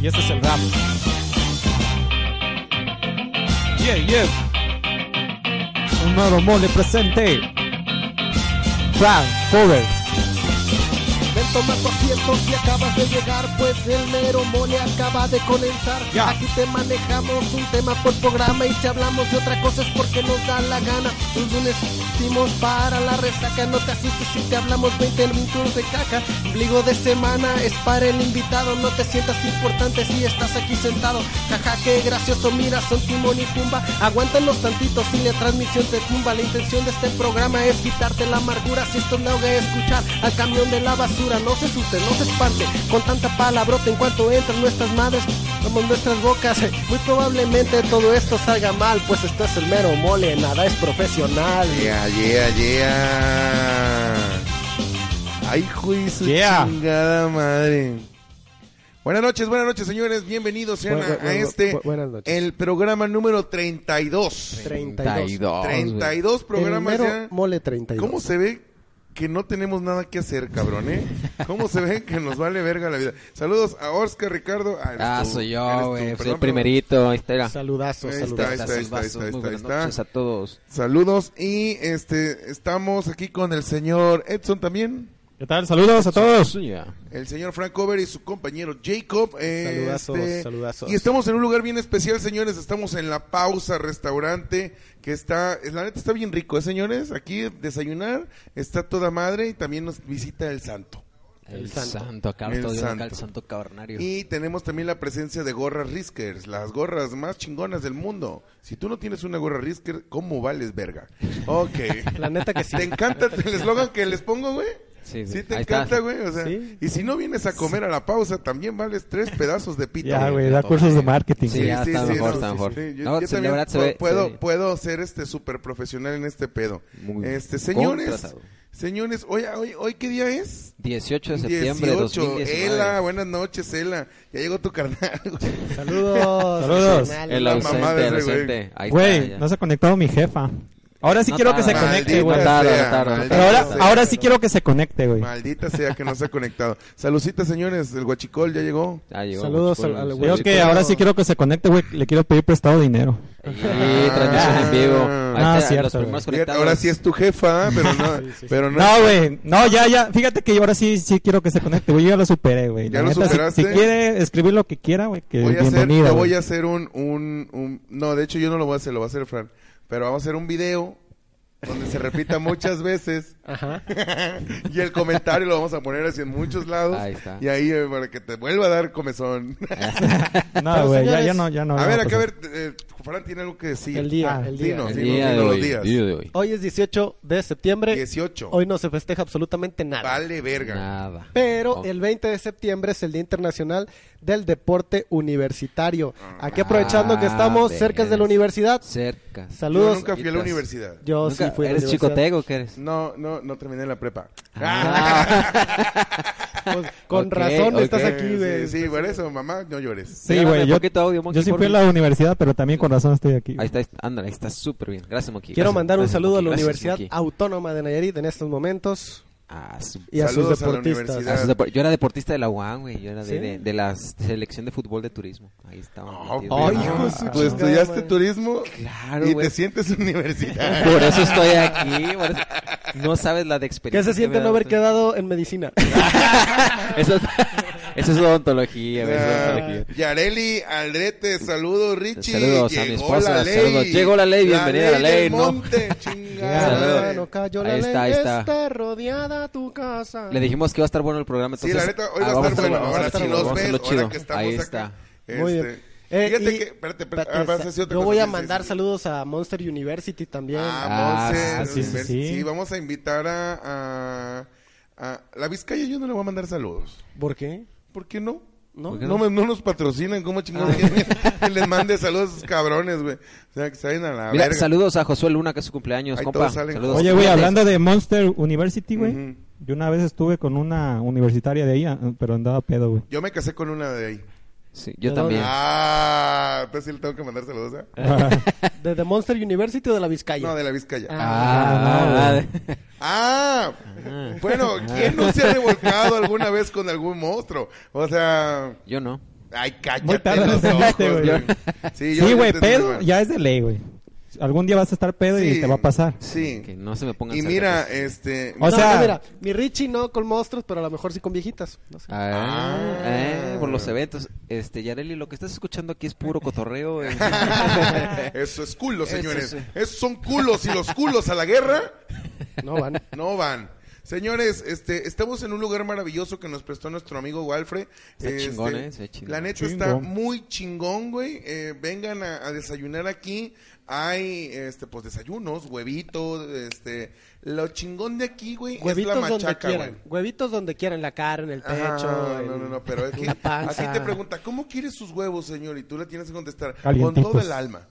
Y este es el rap. Yeah, yeah. Un nuevo mole presente. Frank Cover. Ven toma tu asiento si acabas de llegar, pues el mero mole acaba de comenzar. Ya. Aquí te manejamos un tema por programa y si hablamos de otra cosa es porque nos da la gana. Los lunes hicimos para la resaca, no te asustes si te hablamos 20 minutos de caca. Obligo de semana es para el invitado, no te sientas importante si estás aquí sentado. Jaja, qué gracioso, mira, son timón y pumba. Aguántanos tantito si la transmisión te tumba. La intención de este programa es quitarte la amargura si esto no a escuchar al camión de la basura. No se asuste, no se espante con tanta palabrota en cuanto entran nuestras madres. Como nuestras bocas, muy probablemente todo esto salga mal, pues esto es el mero mole, nada es profesional. Yeah, yeah, yeah. Ay, juicio su Yeah. chingada madre. Buenas noches, buenas noches, señores. Bienvenidos sean Bu- a- bu- a bu- este, bu- buenas noches. el programa número 32. 32. 32 programas el mero ya. mole 32. ¿Cómo se ve que no tenemos nada que hacer, cabrón, eh? ¿Cómo se ve que nos vale verga la vida? Saludos a Oscar, Ricardo. Ah, eres Ah, tú, soy eres yo, tú, güey. Soy perdón, el primerito. Ahí está. Saludazos, Ahí saludazos. está, ahí está, ahí está, ahí Muy está, ahí buenas está. noches a todos. perdón. Saludos y este estamos aquí con el señor Edson también. ¿Qué tal? Saludos a todos. El señor Frank Over y su compañero Jacob. eh, Saludazos, saludazos. Y estamos en un lugar bien especial, señores. Estamos en la pausa restaurante que está, es- la neta está bien rico, ¿eh, señores. Aquí desayunar está toda madre y también nos visita el santo. El, santo. santo. acá, El todo yo acá, el santo. santo cavernario. Y tenemos también la presencia de gorras Riskers, las gorras más chingonas del mundo. Si tú no tienes una gorra Risker, ¿cómo vales verga? Ok. La neta que sí. ¿Te encanta el eslogan que les pongo, güey? Sí, sí. Sí, te Ahí está. encanta, güey. O sea, Sí. y si no vienes a comer a la pausa, también vales tres pedazos de pita. Ya, güey, da cursos de marketing. Sí, ya. está mejor, está mejor. Yo, No, yo sí, la también verdad se pu- ve- puedo, se ve. puedo ser este súper profesional en este pedo. Muy este, bien. señores, Contratado. señores, hoy, hoy, hoy qué día es? 18 de septiembre de 2019. Ela, buenas noches, Ela. Ya llegó tu carnal. güey. Saludos. Saludos. profesionales. El La ausente, mamá de el ese güey. ausente. Ahí está. Güey, ya. no se ha conectado mi jefa. Ahora sí No quiero que se tarda. conecte, güey. Maldita Tarda, sea, tarda. maldita Pero ahora, sea. ahora sí quiero que se conecte, güey. Maldita sea que no se ha conectado. Saludcita, señores. El guachicol ya llegó. Ya llegó, Saludos Guachicol, al- al sí. güey. Digo que ahora sí quiero que se conecte, güey. Le quiero pedir prestado dinero. Y transmisión en vivo. Ahí Ah, está, cierto, los primeros Fíjate, conectados. ahora sí es tu jefa, pero no, pero no, No, güey. No, ya, ya. Fíjate que ahora sí, sí quiero que se conecte, güey. Yo ya lo superé, güey. ¿Ya La lo neta, si- superaste? Si, quiere escribir lo que quiera, güey, que voy a hacer, bienvenido. yo voy güey. a hacer un, un, un- no, de hecho yo no lo voy a hacer, lo va a hacer Fran, pero vamos a hacer un video donde se repita muchas veces Ajá. y el comentario lo vamos a poner así en muchos lados Ahí está. y ahí eh, para que te vuelva a dar comezón. No, Pero, güey, ya, señores, ya no, ya no. a ver, no, acá a pues, ver, eh, Fran tiene algo que decir. El día, Ah, el día. Dinos, El dinos, día de dinos los hoy, días. día de hoy. Hoy es 18 de septiembre. 18. Hoy no se festeja absolutamente nada. Vale verga. Nada. Pero Oh. el 20 de septiembre es el Día Internacional del Deporte Universitario. Mm. Aquí aprovechando que Ah, estamos ves. cerca de la universidad. Cerca. Yo Saludos. nunca fui a la universidad. Yo sí Nunca- fui a la ¿Eres universidad. chicotego o qué eres? No, no, no terminé la prepa. Ah, Pues, con Ok, razón ok. estás Eh, aquí, güey. Sí, sí, por eso, mamá, no llores. Sí, Regálame güey, yo, poquito audio, Monkey, yo sí por fui a mí. la universidad, pero también con razón estoy aquí. Ahí güey. está, ahí está. ándale, ahí está súper bien. Gracias, Monkey. Quiero Gracias, mandar un gracias, saludo a la Monkey. Gracias, Universidad Monkey. Autónoma de Nayarit en estos momentos Ah, su- y a Saludos sus a la deportistas. universidad. Ah, sus depor- Yo era deportista de la UAM, güey. Yo era de, ¿Sí? de, de la selección de fútbol de turismo. Ahí estaba. metido. Oh, Ay, pero- hijo de su pues chingada estudiaste madre. turismo Claro, y güey. te sientes universitario. Por eso estoy aquí. por eso- No sabes la de experiencia. ¿Qué se que siente me no ha haber dado. quedado en medicina? eso, es, eso es odontología, güey. eso es Ah, odontología. Yareli Aldrete, saludos Richie. Saludos a mi esposa, saludos. Llegó la ley, bienvenida a la ley, del ¿no? monte, chingada. Saludos. Ah, no cayó la Ahí ley, está, ahí está. rodeada tu casa. Le dijimos que iba a estar bueno el programa. Sí, Entonces, la neta, hoy ah, va a vamos estar bueno. vamos a Ahora estar sí chido, nos vamos a ves, hacerlo ahora chido. que estamos Ahí acá. está. Muy Este, bien. Eh, Fíjate y- que, espérate, espérate, espérate, ah, vas a decir otra yo cosa, voy a sí, sí, mandar sí. saludos a Monster University también. Ah, Ah, Monse, sí, sí, sí, sí. vamos a invitar a, a, a- La Vizcaya yo no le voy a mandar saludos. ¿Por qué? ¿Por qué no? ¿No? ¿Por qué Ah. No, me- no nos patrocinan, ¿cómo chingados quieren que les mande saludos a esos cabrones, güey? O sea, que salen a la Mira, verga. saludos a Josué Luna, que es su cumpleaños, Ahí compa. todos salen. Saludos. Oye, güey, hablando de Monster University, güey. Ujú. Yo una vez estuve con una universitaria de ahí, ah, pero andaba pedo, güey. Yo me casé con una de ahí. Sí, yo también. Ah, entonces sí le tengo que mandar saludos a... ¿De The Monster University o de la Vizcaya? No, de la Vizcaya. Ah, Ah, ah, bueno, ¿quién no se ha revolcado alguna vez con algún monstruo? O sea, yo no. ay, cállate Muy tarde los lo entendiste, ojos, güey. güey. yo- Sí, yo güey, entendí, pedo güey. ya es de ley, güey. Algún día vas a estar pedo Sí, y te va a pasar. Sí. Que no se me pongan Y cerca, mira, pues. este... No, O sea- no, mira, mi Richie no con monstruos, pero a lo mejor sí con viejitas. No sé. Ah, Ah. eh, por los eventos. Este, Yareli, lo que estás escuchando aquí es puro cotorreo. eh. Eso es culo, Eso señores. sí. Esos son culos y los culos a la guerra No van. no van. Señores, este, estamos en un lugar maravilloso que nos prestó nuestro amigo Walfre. Está Este, chingón, ¿eh? Se ve chingón. La neta Chingón. está muy chingón, güey. Eh, vengan a, a desayunar aquí. Hay, este, pues desayunos, huevitos, este, lo chingón de aquí, güey, es la Huevitos donde machaca, quieran. güey. Huevitos donde quieran, la cara, en el pecho. Ajá, en no, no, no, pero es que la panza. aquí te pregunta, ¿cómo quieres sus huevos, señor? Y tú le tienes que contestar, con Calientitos. todo el alma.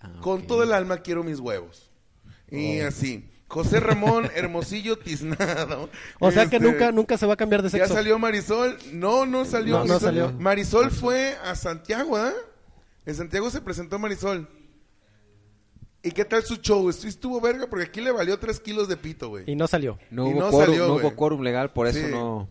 Ah, Con todo el alma quiero mis huevos. Oh. Y así. José Ramón Hermosillo Tiznado. O sea que Este, nunca, nunca se va a cambiar de ¿Ya sexo. salió Marisol? No, no salió No, no Marisol. salió. Marisol fue a Santiago, ¿ah? En Santiago se presentó Marisol. ¿Y qué tal su show? Estu- Estuvo verga porque aquí le valió tres kilos de pito, güey. Y no salió. No Y hubo, no quórum, salió, no güey. hubo quórum legal, por eso Sí. no.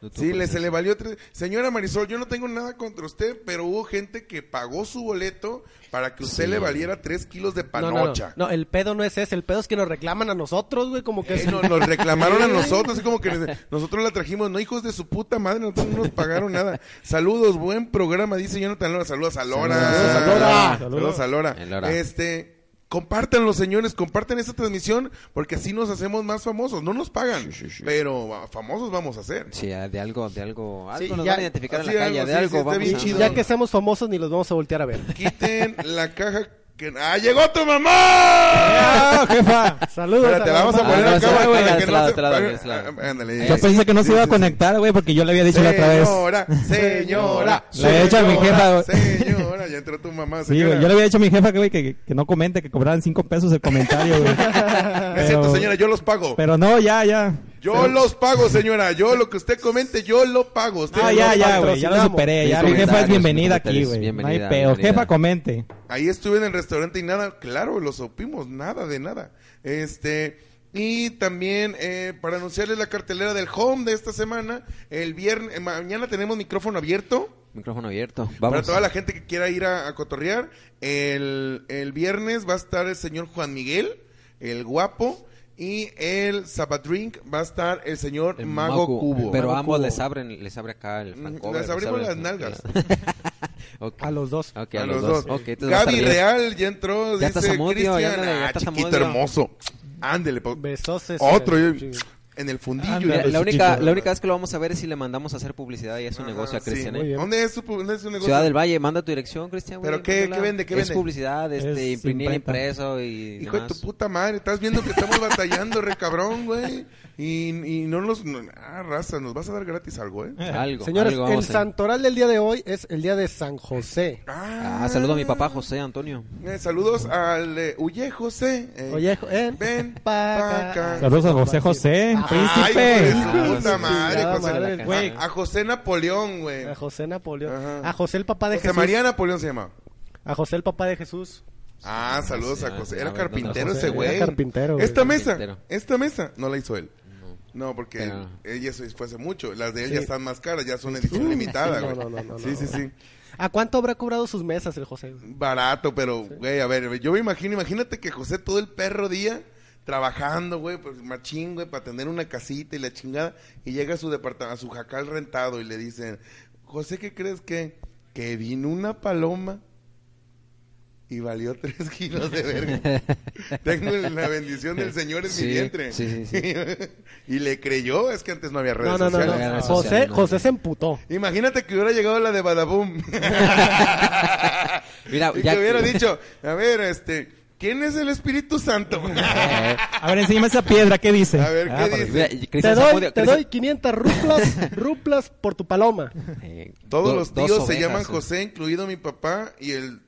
no tuvo Sí, le, se presencia. le valió tres. Señora Marisol, yo no tengo nada contra usted, pero hubo gente que pagó su boleto para que usted Sí. le valiera tres kilos de No, no, no, panocha. No, el pedo no es ese. El pedo es que nos reclaman a nosotros, güey. Como que Eh, es... no, nos reclamaron a nosotros, así como que nos- nosotros la trajimos, no hijos de su puta madre, nosotros no nos pagaron nada. Saludos, buen programa, dice Jonathan Lora. Saludos a Lora. Saludos a Lora. Saludos a Lora. El Lora. Este, compártanlo, señores, compartan esta transmisión porque así nos hacemos más famosos. No nos pagan, pero ah, famosos vamos a ser. Sí, ah, de algo, de algo. Sí, Algo nos ya- van a identificar en la sí, calle, algo, de sí, algo sí, está vamos bien a- chido. Ya que seamos famosos ni los vamos a voltear a ver. Quiten la caja que... ¡Ah, llegó tu mamá! ¡Ah, jefa! Saludos. Espérate, a la vamos a Ah, poner no, acá se va, para güey, que de este no lado, se- de este lado, de este lado. Ah, ándale, Yo sí, pensé que no sí, se iba a sí, sí. conectar, güey, porque yo le había dicho la otra vez. Señora, señora, La había hecho a mi señora, jefa, Señora, ya entró tu mamá, Sí, señora. güey, yo le había dicho a mi jefa que, güey, que, que no comente, que cobraran cinco pesos el comentario, güey. Es cierto, señora, yo los pago. Pero no, ya, ya. Yo los pago, señora. Yo lo que usted comente, yo lo pago. Usted Ah, lo ya, paga. ya, güey, ya lo patrocinamos. superé. Mis Ya, mi jefa es comentarios, bienvenida mis aquí, güey. No comentarios, hay bienvenida, pedo. bienvenida. Jefa, comente. Ahí estuve en el restaurante y nada, claro, lo supimos, nada de nada. Este, y también eh, para anunciarles la cartelera del home de esta semana, el viernes, eh, mañana tenemos micrófono abierto. Micrófono abierto. Vamos. Para toda la gente que quiera ir a, a cotorrear, el, el viernes va a estar el señor Juan Miguel, el guapo, y el Zapatdrink va a estar el señor El Mago, Cubo. Pero Mago ambos Cubo. les abren, les abre acá el francover. Las les abrimos abre- las nalgas. Ok. A los dos. Ok, a los dos. Ok, entonces va a Gaby estar bien. Real ya entró, Ya está dice Zamudio, Cristian, ya ándale, ya ah, está chiquito Zamudio. hermoso. Ándele, pues. po- Besos. ese- otro eh, Sí. yo- en el fundillo. Ándale, Mira, Entonces, la, única, chiquito. la única vez que lo vamos a ver es si le mandamos a hacer publicidad y es un ajá, negocio a sí. Cristian. ¿eh? Muy bien. ¿Dónde es su, pu- dónde es su negocio? Ciudad del Valle, manda tu dirección, Cristian. güey, ¿Pero qué- mándala. qué vende, qué Es vende? publicidad, este, Es imprimir imprenta. impreso y Hijo de demás. tu puta madre, estás viendo que estamos batallando, re cabrón, güey. Y, y no nos... no- ah, raza, nos vas a dar gratis algo, ¿eh? Algo, Señores, algo el vamos a- santoral del día de hoy es el día de San José. Ah, Ah, saludo a mi papá José Antonio. eh, saludos al... eh, Huye, José. eh, Oye, eh, Ven pa' Ah, pa' acá. Saludos a José José, Ay, príncipe. hijo de su puta Ah, madre, chingada José. madre, Güey, güey. A José Napoleón, güey. A José Napoleón. Ajá. A José el papá de José Jesús. María Napoleón se llama. A José el papá de Jesús. Ah, saludos a José. Era A ver, ¿dónde carpintero José? ese Era güey. carpintero, güey. Esta mesa, Carpintero. esta mesa no la hizo él. No, porque Pero- ella se fue hace mucho. Las de él Sí. ya están más caras, ya son edición limitada, sí, no, güey. no, no, no, sí, no, sí, no. sí. ¿A cuánto habrá cobrado sus mesas el José? güey? Barato, pero, güey, a ver, yo me imagino, imagínate que José todo el perro día trabajando, güey, pues machín, güey, para tener una casita y la chingada, y llega a su departamento, a su jacal rentado y le dicen, José, ¿qué crees que? Que vino una paloma y valió tres kilos de verga. Tengo la bendición del Señor en Sí, mi vientre. sí, sí, sí. y le creyó, es que antes no había redes No, no, no, sociales. no. redes José, sociales, no. José se emputó. Imagínate que hubiera llegado la de Badaboom. Mira, y ya- que hubiera dicho, a ver, este, ¿Quién es el Espíritu Santo? Eh, A ver, enséñame esa piedra, ¿qué dice? A ver, ah, ¿qué porque, dice? mira, y Te Cristian doy, Zamudio- te Cristian- doy 500 ruplas, ruplas por tu paloma. Eh, Todos do- los dos tíos se ovejas, llaman eh. José, incluido mi papá y el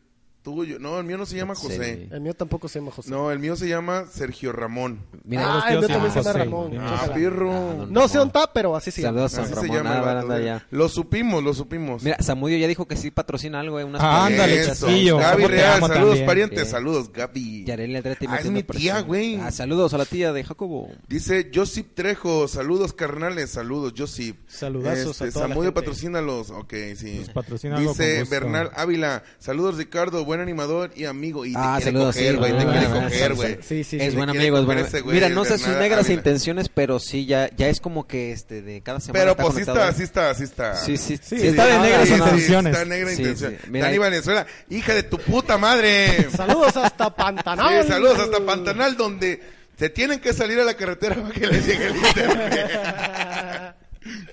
tuyo. No, el mío no se llama Sí. José. El mío tampoco se llama José. No, el mío se llama Sergio Ramón. Mira, Ah, los el mío tíos se también se llama llaman José, Ramón. güey. qué Ah, Ah, cagada. pirro. No sé dónde está, pero así se llama. Saludos a Así San se Ramón. llama el ah, vato, baranda güey. ya. Lo supimos, lo supimos. Mira, Samudio ya dijo que sí patrocina algo, eh, unas Ah, paletas. ándale, Eso. Chasquillo. Gaby Cómo te Real, amo saludos, también. pariente. Sí. Saludos, Gaby. Yareli Aldrete Ah, es metiendo mi presión. tía, güey. Ah, saludos a la tía de Jacobo. Dice Josip Trejo, saludos carnales, saludos Josip. Este, Saludazos a toda la Samudio, gente. patrocínalos. Ok, sí. Pues patrocínalo con Dice gusto. Bernal Ávila, saludos Ricardo, buen animador y amigo. Y Ah, te quiere saludos, coger, sí, güey, te ah, quiere ah, coger, sí, güey. Sí, sí, sí. es buen quiere amigo, es comer buen ese güey, Mira, no sé Bernal sus negras Ávila. intenciones, pero sí, ya, ya es como que este de cada semana. Pero está pues sí conectado. está, sí está, sí está. Sí, sí, sí. sí, está de no, negras sí, sí, no. intenciones. Está negra Sí, intención. sí. Mira, Dani ahí- Valenzuela, hija de tu puta madre. Saludos hasta Pantanal. Sí, saludos hasta Pantanal, donde se tienen que salir a la carretera para que les llegue el internet.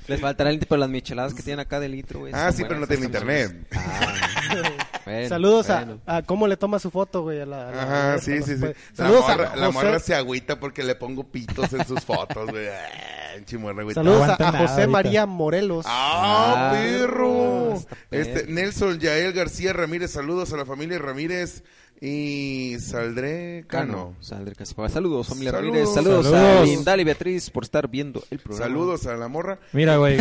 Les faltará el tipo de las micheladas que tienen acá de litro, güey. ah, Son sí, pero no buenas tiene esas internet. micheladas. Ah, bueno, Saludos bueno. a, a cómo le toma su foto, güey. A la, a la- Ajá, sí, sí, sí. Saludos la, morra, a la José, morra se agüita porque le pongo pitos en sus fotos, güey. Ah, Chimorra, güey. saludos a, aguanta a nada José ahorita. María Morelos. ¡Ah, Ah, perro! está perro. Este, Nelson Yael García Ramírez, saludos a la familia Ramírez y Saldré Cano. Cano, Sandra Casanova. Saludos, familia Saludos. Ramírez. Saludos, a Saludos. Lindal y Beatriz por estar viendo el programa. Saludos a la morra. Mira, güey.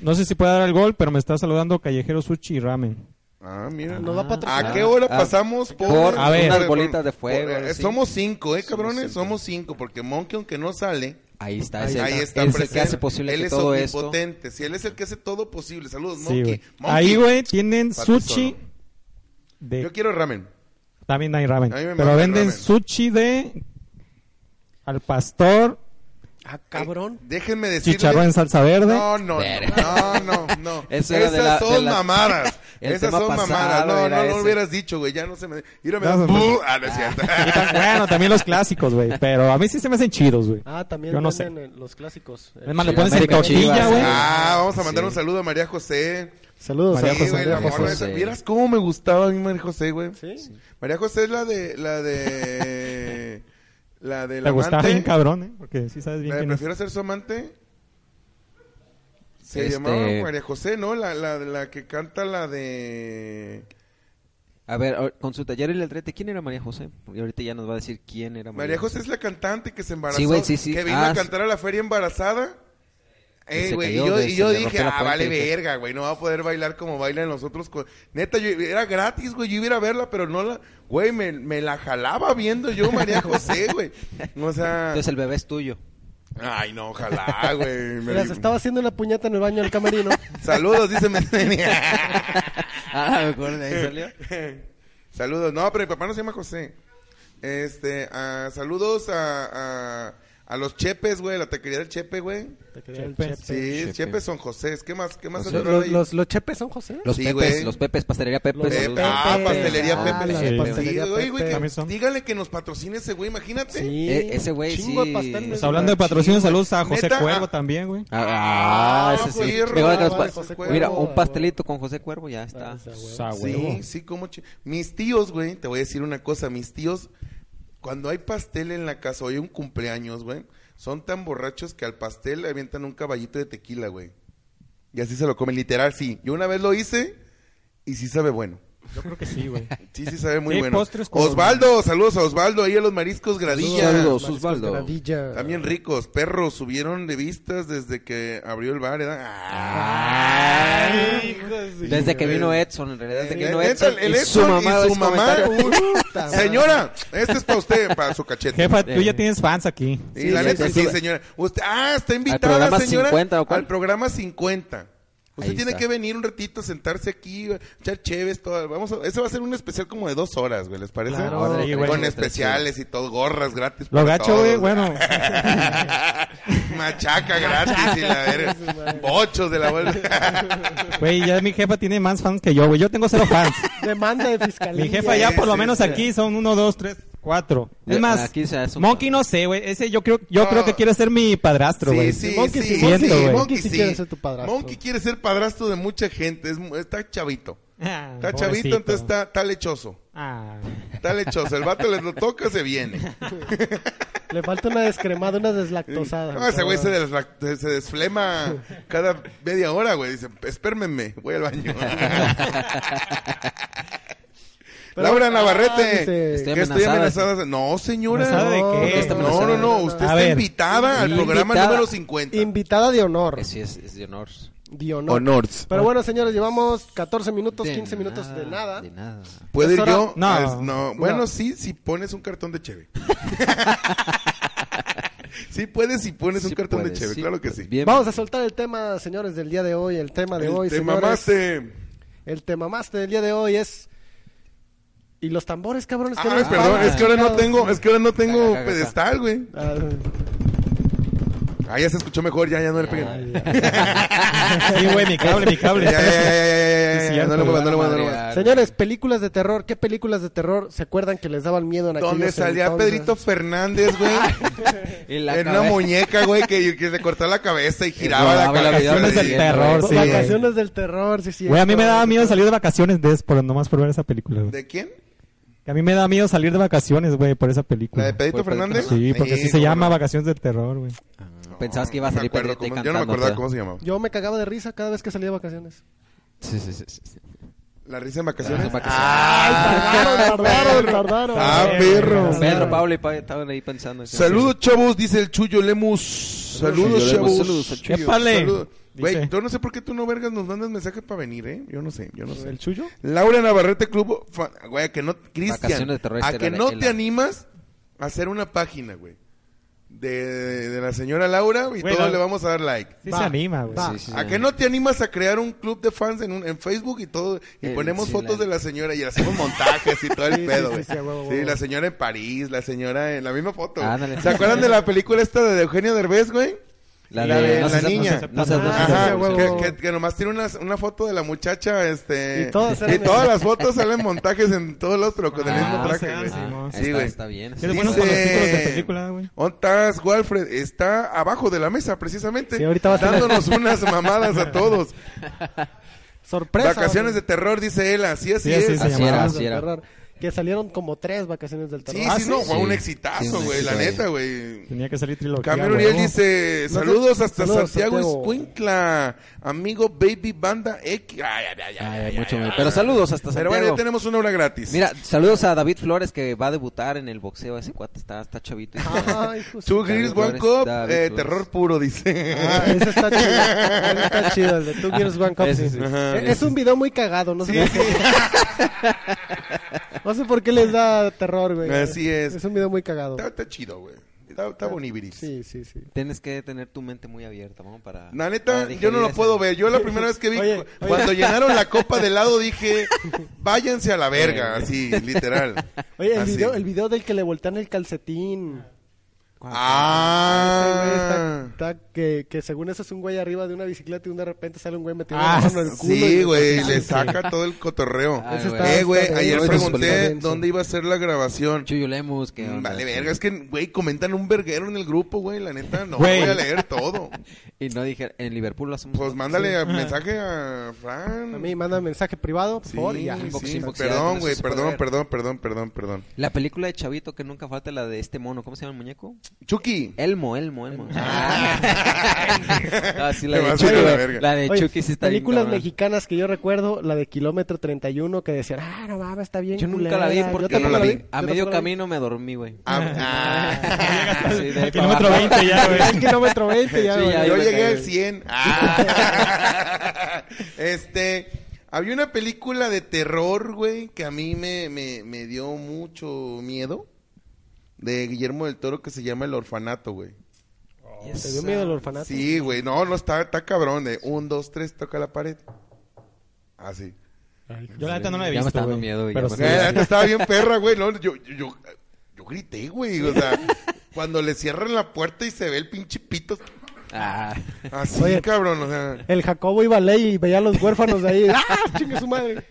No sé si puede dar el gol, pero me está saludando Callejero Sushi y Ramen. Ah, mira. Nos va a patrocinar. ¿A qué hora Ah, pasamos por, por A ver. unas bolitas de fuego, por- eh, sí. somos cinco, ¿eh, cabrones? cinco. Somos cinco, porque Monkey, aunque no sale, Ahí está, ahí es el, está, es el presente. que hace posible él que es todo esto. omnipotente. Si él es el que hace todo posible. Saludos, Sí, Monkey. güey. Monkey. Ahí, güey, tienen Pati sushi. solo. De... Yo quiero ramen. También hay ramen. A mí me Pero mama el venden ramen. sushi de. Al pastor. Ah, cabrón. Eh, déjenme decirles. Chicharrón en salsa verde. No, no, Ver. no, no, no. Eso era Esas de la- de son la- mamadas. El Esas tema son pasado mamadas. No, era no, no ese. lo hubieras dicho, güey. Ya no se me. Mira, me No, das- no, no. ¡Buh! Ah, no es cierto. Bueno, también los clásicos, güey. Pero a mí sí se me hacen chidos, güey. Ah, también Yo no sé. venden eh, los clásicos. Eh, Es más, le Sí, pones en América tortilla, Chivas, güey. Ah, vamos a mandar Sí. un saludo a María José. Saludos María a Sí, José, güey, María la morra José. esa. Vieras cómo me gustaba a mí María José, güey. Sí. María José es la de la de la de Te gustaba bien cabrón, ¿eh? Porque sí sabes bien quién es. prefiero ser su amante. Se Este- llamaba María José, ¿no? La, la, la que canta la de A ver, ahor- consulta, Yareli Aldrete, ¿quién era María José? Y ahorita ya nos va a decir quién era María, María José es la cantante que se embarazó, Sí, güey, sí, sí. que vino Ah, a cantar a la feria embarazada. Y Eh, se güey, y cayó, yo, güey, y se yo le dije, rompió la ah, fuente, vale dije. verga, güey, no va a poder bailar como bailan los otros. co- Neta, yo, era gratis, güey, yo iba a ir a verla, pero no la, güey, me, me la jalaba viendo yo María José, güey. O sea, Entonces el bebé es tuyo. ay, no, ojalá, güey. me- Mira, se estaba haciendo una puñeta en el baño del camerino. Saludos, dice Ah, me acuerdo, de ahí salió. Saludos. No, pero mi papá no se llama José. Este, ah, saludos a, a, a los Chepes, güey, la taquería del Chepe, güey. Te quería el Chepes. chepe. Sí, Chepe. Chepes son José. ¿Qué más? ¿Qué más? José. se Los, te olvida? los, los- los chepes son José. Los Sí, Pepes, güey. los Pepes, pastelería Pepes. Los Pepe. saludos. Ah, Pepes. pastelería Ah, Pepe. la Sí, de pastelería Sí, oye, güey, Pepe. que- También son. dígale que nos patrocine ese güey, imagínate. E- ese güey Chingo sí. de pastel, Pues güey. hablando de patrocinio, Sí, güey. saludos a José Neta, Cuervo ah. también, güey. Ah, ah, ese sí. José Mejor que nos Cuervo, pa- José Mira, Cuervo. un pastelito con José Cuervo, ya está. Ah, esa huevo. Pues Sa huevo. Sí, sí, como chi- Mis tíos, güey, te voy a decir una cosa, mis tíos, cuando hay pastel en la casa o hay un cumpleaños, güey, son tan borrachos que al pastel le avientan un caballito de tequila, güey. Y así se lo comen, literal, sí. Yo una vez lo hice y sí sabe bueno. Yo creo que sí, güey. Sí, sí sabe muy Sí, bueno. postres con- Osvaldo, saludos a Osvaldo, ahí a los mariscos gradilla. Saludos, Mariscos Osvaldo. Granadilla. También ricos, perros, subieron de vistas desde que abrió el bar, ¿verdad? Ay, Desde que vino Edson, en realidad, desde que vino Neta, Edson. Eh, el y su Edson mamá. y es su mamá. comentario. Puta madre. Señora, este es para usted, para su cachete. Jefa, tú Eh. ya tienes fans aquí. Y Sí, la sí, neta, sí, sí, sí. señora. Usted, ah, está invitada, programa señora. 50 o cuál? Al programa 50. Usted Ahí tiene está. que venir un ratito, sentarse aquí, echar chéves, todo. Vamos a- eso va a ser un especial como de dos horas, güey, ¿les parece? Claro, Órale, sí, Con güey. especiales y todo, gorras gratis. Lo para gacho, todos. güey, bueno. Machaca gratis y la verga. Bochos de la vuelta. Güey, ya mi jefa tiene más fans que yo, güey. Yo tengo cero fans. Demanda de fiscalía. Mi jefa ya por lo Sí, menos sí. aquí son uno, dos, tres, cuatro. Es Eh, más, aquí se hace un- Monkey no sé, güey. Ese yo creo, yo No. creo que quiere ser mi padrastro, güey. Sí, sí, Monkey sí. sí, Monkey Monkey, sí, sí, Monkey sí quiere ser tu padrastro. Monkey quiere ser padrastro de mucha gente. Es, mu- está chavito. Ah, Está pobrecito. chavito, entonces está, está lechoso. Ah, Está lechoso. El vato le lo toca, se viene. Le falta una descremada, una deslactosada. No, Ah, ese güey se, desla- se desflema cada media hora, güey. Dice, espérmenme, voy al baño. Pero- Laura Ah, Navarrete, dice- que Estoy estoy amenazada. amenazada. No, señora. ¿Amenazada de qué? No, No, no, no, usted A está ver. invitada al programa Invitada. número 50. Invitada de honor. Eh, Sí, es, es de honor. De honor. Honors. Pero bueno, señores, llevamos 14 minutos, De 15 minutos de nada. De nada. ¿Puedo ¿Es ir hora? yo? No. Ah, es- no. Bueno, No. sí, si pones un cartón de cheve. sí puedes si pones un Sí cartón de puedes, cheve, sí claro que puedes. sí. Bien. Vamos a soltar el tema, señores, del día de hoy. El tema de El hoy, te señores. mamaste. El tema más del día de hoy es... ¿Y los tambores, cabrón? Es que no Ay, los Ah, perdón, pagan, es que ahora no chingados. tengo, es que ahora no tengo Caga, caga, pedestal, güey. Ah, Ah, ya se escuchó mejor, ya, ya no le peguen. ya. sí, güey, mi cable, mi cable. Ya, ya, ya, ya, ya, ya, Sí, ya, ya, cierto, no le muevas, no le muevas, no le Madrear. muevas. Señores, películas de terror. ¿Qué películas de terror se acuerdan que les daban miedo en aquellos Donde salía entonces? Pedrito Fernández, güey. En la Era una cabeza. muñeca, güey, que, que se cortaba la cabeza y giraba la rodaba y la cabeza. giraba. Vacaciones del Sí, terror, Va- sí. güey. Vacaciones del terror, sí, sí. Güey, a mí me daba miedo salir de vacaciones de por nomás por ver esa película, güey. ¿De quién? Que a mí me daba miedo salir de vacaciones, güey, por esa ¿La película. de Pedrito Por Pedrito Fernández? Sí, porque así se cómo llama no. Vacaciones del Terror, güey. Ah, Pensabas que iba a No me salir acuerdo Pedrito cómo- Yo no me cantando, acordaba o cómo se llamaba. Yo me cagaba de risa cada vez que salía de vacaciones. sea. Sí, sí, sí, sí, sí. ¿La risa en vacaciones? En vacaciones. ¡Ah! Tardaron, tardaron, tardaron. ¡Ah, perro! Pedro, Pablo y Pablo estaban ahí pensando. Saludos, chavos, dice el Chuyo Lemus. Saludos, Chuyo chavos. Lemus, saludos al Chuyo. ¡Épale! Saludos. Güey, Dice. yo no sé por qué tú no, vergas, nos mandas mensajes para venir, ¿eh? Yo no sé, yo no sé. ¿El chuyo? Laura Navarrete Club, fa- güey, a que no, Cristian, Vacaciones de terror a que estelar, no el- te animas a hacer una página, güey, de, de la señora Laura y Güey, todos la- le vamos a dar like. Sí Va, se anima, güey. va. Sí, sí, Ah, ¿A sí. que no te animas a crear un club de fans en, un- en Facebook y todo? Y Eh, ponemos sí, fotos la- de la señora y le hacemos montajes y todo el Sí, sí, pedo, sí, güey. Sí, sí, a huevo, huevo. la señora en París, la señora en la misma foto. güey. Ándale. ¿Se acuerdan de la película esta de Eugenio Derbez, güey? La, La de no la seas- no niña. seas- No seas- no seas- Ajá, sí, a que, huevo. que- que nomás tiene una, una foto de la muchacha, este... Y todas salen- todas las fotos salen montajes en todos los, pero con el Ah, mismo traje, sí, güey. sí, mo. Ah, Sí, está- güey. Está bien. Eres bueno con los títulos de película, güey. ¿Dónde estás, Walfred? Está abajo de la mesa, precisamente. Sí, ahorita va a ser- dándonos unas mamadas a todos. Sorpresa. Ah, Vacaciones de terror, dice él. Así, así Sí, es. así se Así llamaba. era. Vacaciones del terror. Que salieron como tres vacaciones del Sí, terror. sí, Ah, no, fue un Sí. Sí, exitazo, un güey, la éxito, neta, güey. Tenía que salir trilogía. Camilo güey. Uriel dice, No sé- saludos hasta saludos, Santiago Santiago. Escuintla, amigo Baby Banda X. Ay, ay, ay, ay, Ay, ay, mucho ay, miedo. ay. Pero saludos hasta Ah, Pero Santiago. bueno, ya tenemos una hora gratis. Mira, saludos a David Flores que va a debutar en el boxeo. Ese cuate está, está chavito. y Ah. todo. Ay, hijo de su- Two Girls, David One Cup, Flores, eh, David terror puro, dice. Ah, ese está chido. Ese está chido, el de Ah, Two Girls One Cup. ese sí. sí. Ajá. Eh, Es un video muy cagado, no sé. por qué. No sé por qué les da terror, güey. Así es. Es un video muy cagado. Está, está chido, güey. Está, está bonibiris. Sí, sí, sí. Tienes que tener tu mente muy abierta, vamos, para... La para neta, yo digerir no lo ese- puedo ver. Yo la primera vez que vi, Oye, cu- oye. cuando llenaron la copa de helado, dije, váyanse a la verga, así, literal. Oye, el Así. video, el video del que le voltean el calcetín. Ese güey está- Ah, está que, que según eso es un güey arriba de una bicicleta y de repente sale un güey metido Ah, la mano en el culo. sí, y- güey, Sí, le sí. saca todo el cotorreo. Ay, Ese güey. está- eh, güey, está ayer denso, está pregunté denso. dónde iba a ser la grabación. Chuyo Lemus, que... Mm, Vale, verga, es que, güey, comentan un verguero en el grupo, güey, la neta, no Güey. voy a leer todo. Y no dije, en Liverpool lo hacemos... Pues mándale a- mensaje a Fran. A mí manda un mensaje privado, por Sí, favor, y ya. sí, Inboxing, boxear, Perdón, eso güey, se puede perdón, ver. perdón, perdón, perdón, perdón. La película de Chavito que nunca falta, la de este mono, ¿cómo se llama el muñeco? Chucky. Eh. Elmo, Elmo, Elmo. Ah, sí, la Te de vas a Chucky, la güey. verga. La de Oye, Chucky sí está bien películas cabrona. mexicanas que yo recuerdo, la de Kilómetro 31, que decían, ah, no mames, está bien Yo nunca culera". la vi Yo porque tampoco no la vi. a yo tampoco la medio vi. camino me dormí, güey. Ah. Sí, de ahí para Kilómetro abajo. 20 ya, güey. Al kilómetro 20 ya, Sí, güey. ya, Yo iba a llegué caer. al 100. Ah. este, había una película de terror, güey, que a mí me, me, me dio mucho miedo. De Guillermo del Toro que se llama El Orfanato, güey. Te dio miedo el orfanato. Sí, güey, no, no, está, está cabrón. De un, dos, tres, toca la pared. Así. Yo la neta no la he Ya me visto, está dando güey. miedo, güey, Pero ya sí, me Güey, Eh, la sí. neta estaba bien perra, güey. No, yo, yo, yo, yo grité, güey. O sea, cuando le cierran la puerta y se ve el pinche pito. Ah. Así, Oye. cabrón, o sea. El Jacobo iba a ley y veía a los huérfanos de ahí. ¡Ah, chingue su madre!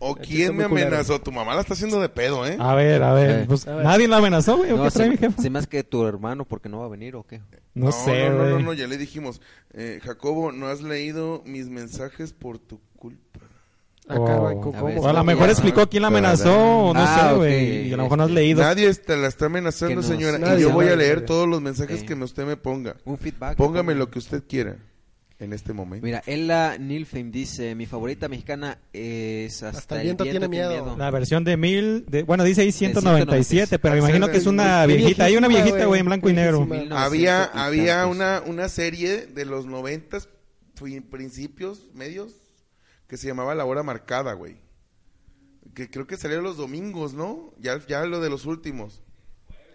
¿O Aquí está quién muy me culero. amenazó? Tu mamá la está haciendo de pedo, ¿eh? A ver, a Eh. ver. Pues, A ver. Nadie la amenazó, güey. ¿o No, ¿Qué trae mi se, jefa? se me hace que tu hermano porque no va a venir o qué. No, sé, no, no, güey. no, no, ya le dijimos, eh, Jacobo, no has leído mis mensajes por tu culpa. Ah, O- caray, ¿cómo? A ver, O a lo mejor explicó quién la amenazó, o no Ah, sé, ok. güey. Y a lo mejor no has leído. Nadie está- la está Que amenazando, nos- señora. Nadie, y yo voy a nadie, leer nadie. todos los mensajes Sí. que usted me ponga. Un feedback. Póngame lo que usted quiera en este momento. Mira, Ella Nilfheim dice, mi favorita mexicana es Hasta, Hasta el el viento tiene miedo". La versión de mil, de, bueno, dice ahí 197, pero me Ah, imagino sí, que es sí, una sí, viejita. Hay una viejísima, viejita, güey, en blanco y negro. viejísima. No, había ciento y había tantos. una, una serie de los noventas, fui- principios, medios, que se llamaba La Hora Marcada, güey. Que creo que salió los domingos, ¿no? Ya, ya lo de los últimos.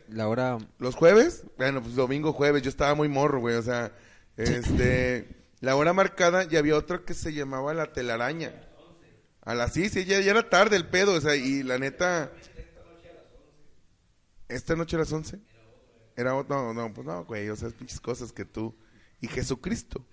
La hora... ¿Los jueves? Bueno, pues domingo, jueves. Yo estaba muy morro, güey. O sea, este. la hora marcada y había otro que se llamaba La Telaraña. A las sí, sí, ya, ya era tarde el pedo. O sea, y la neta. Esta noche a las 11. Era otro. No, no, pues no, güey. O sea, pinches cosas que tú y Jesucristo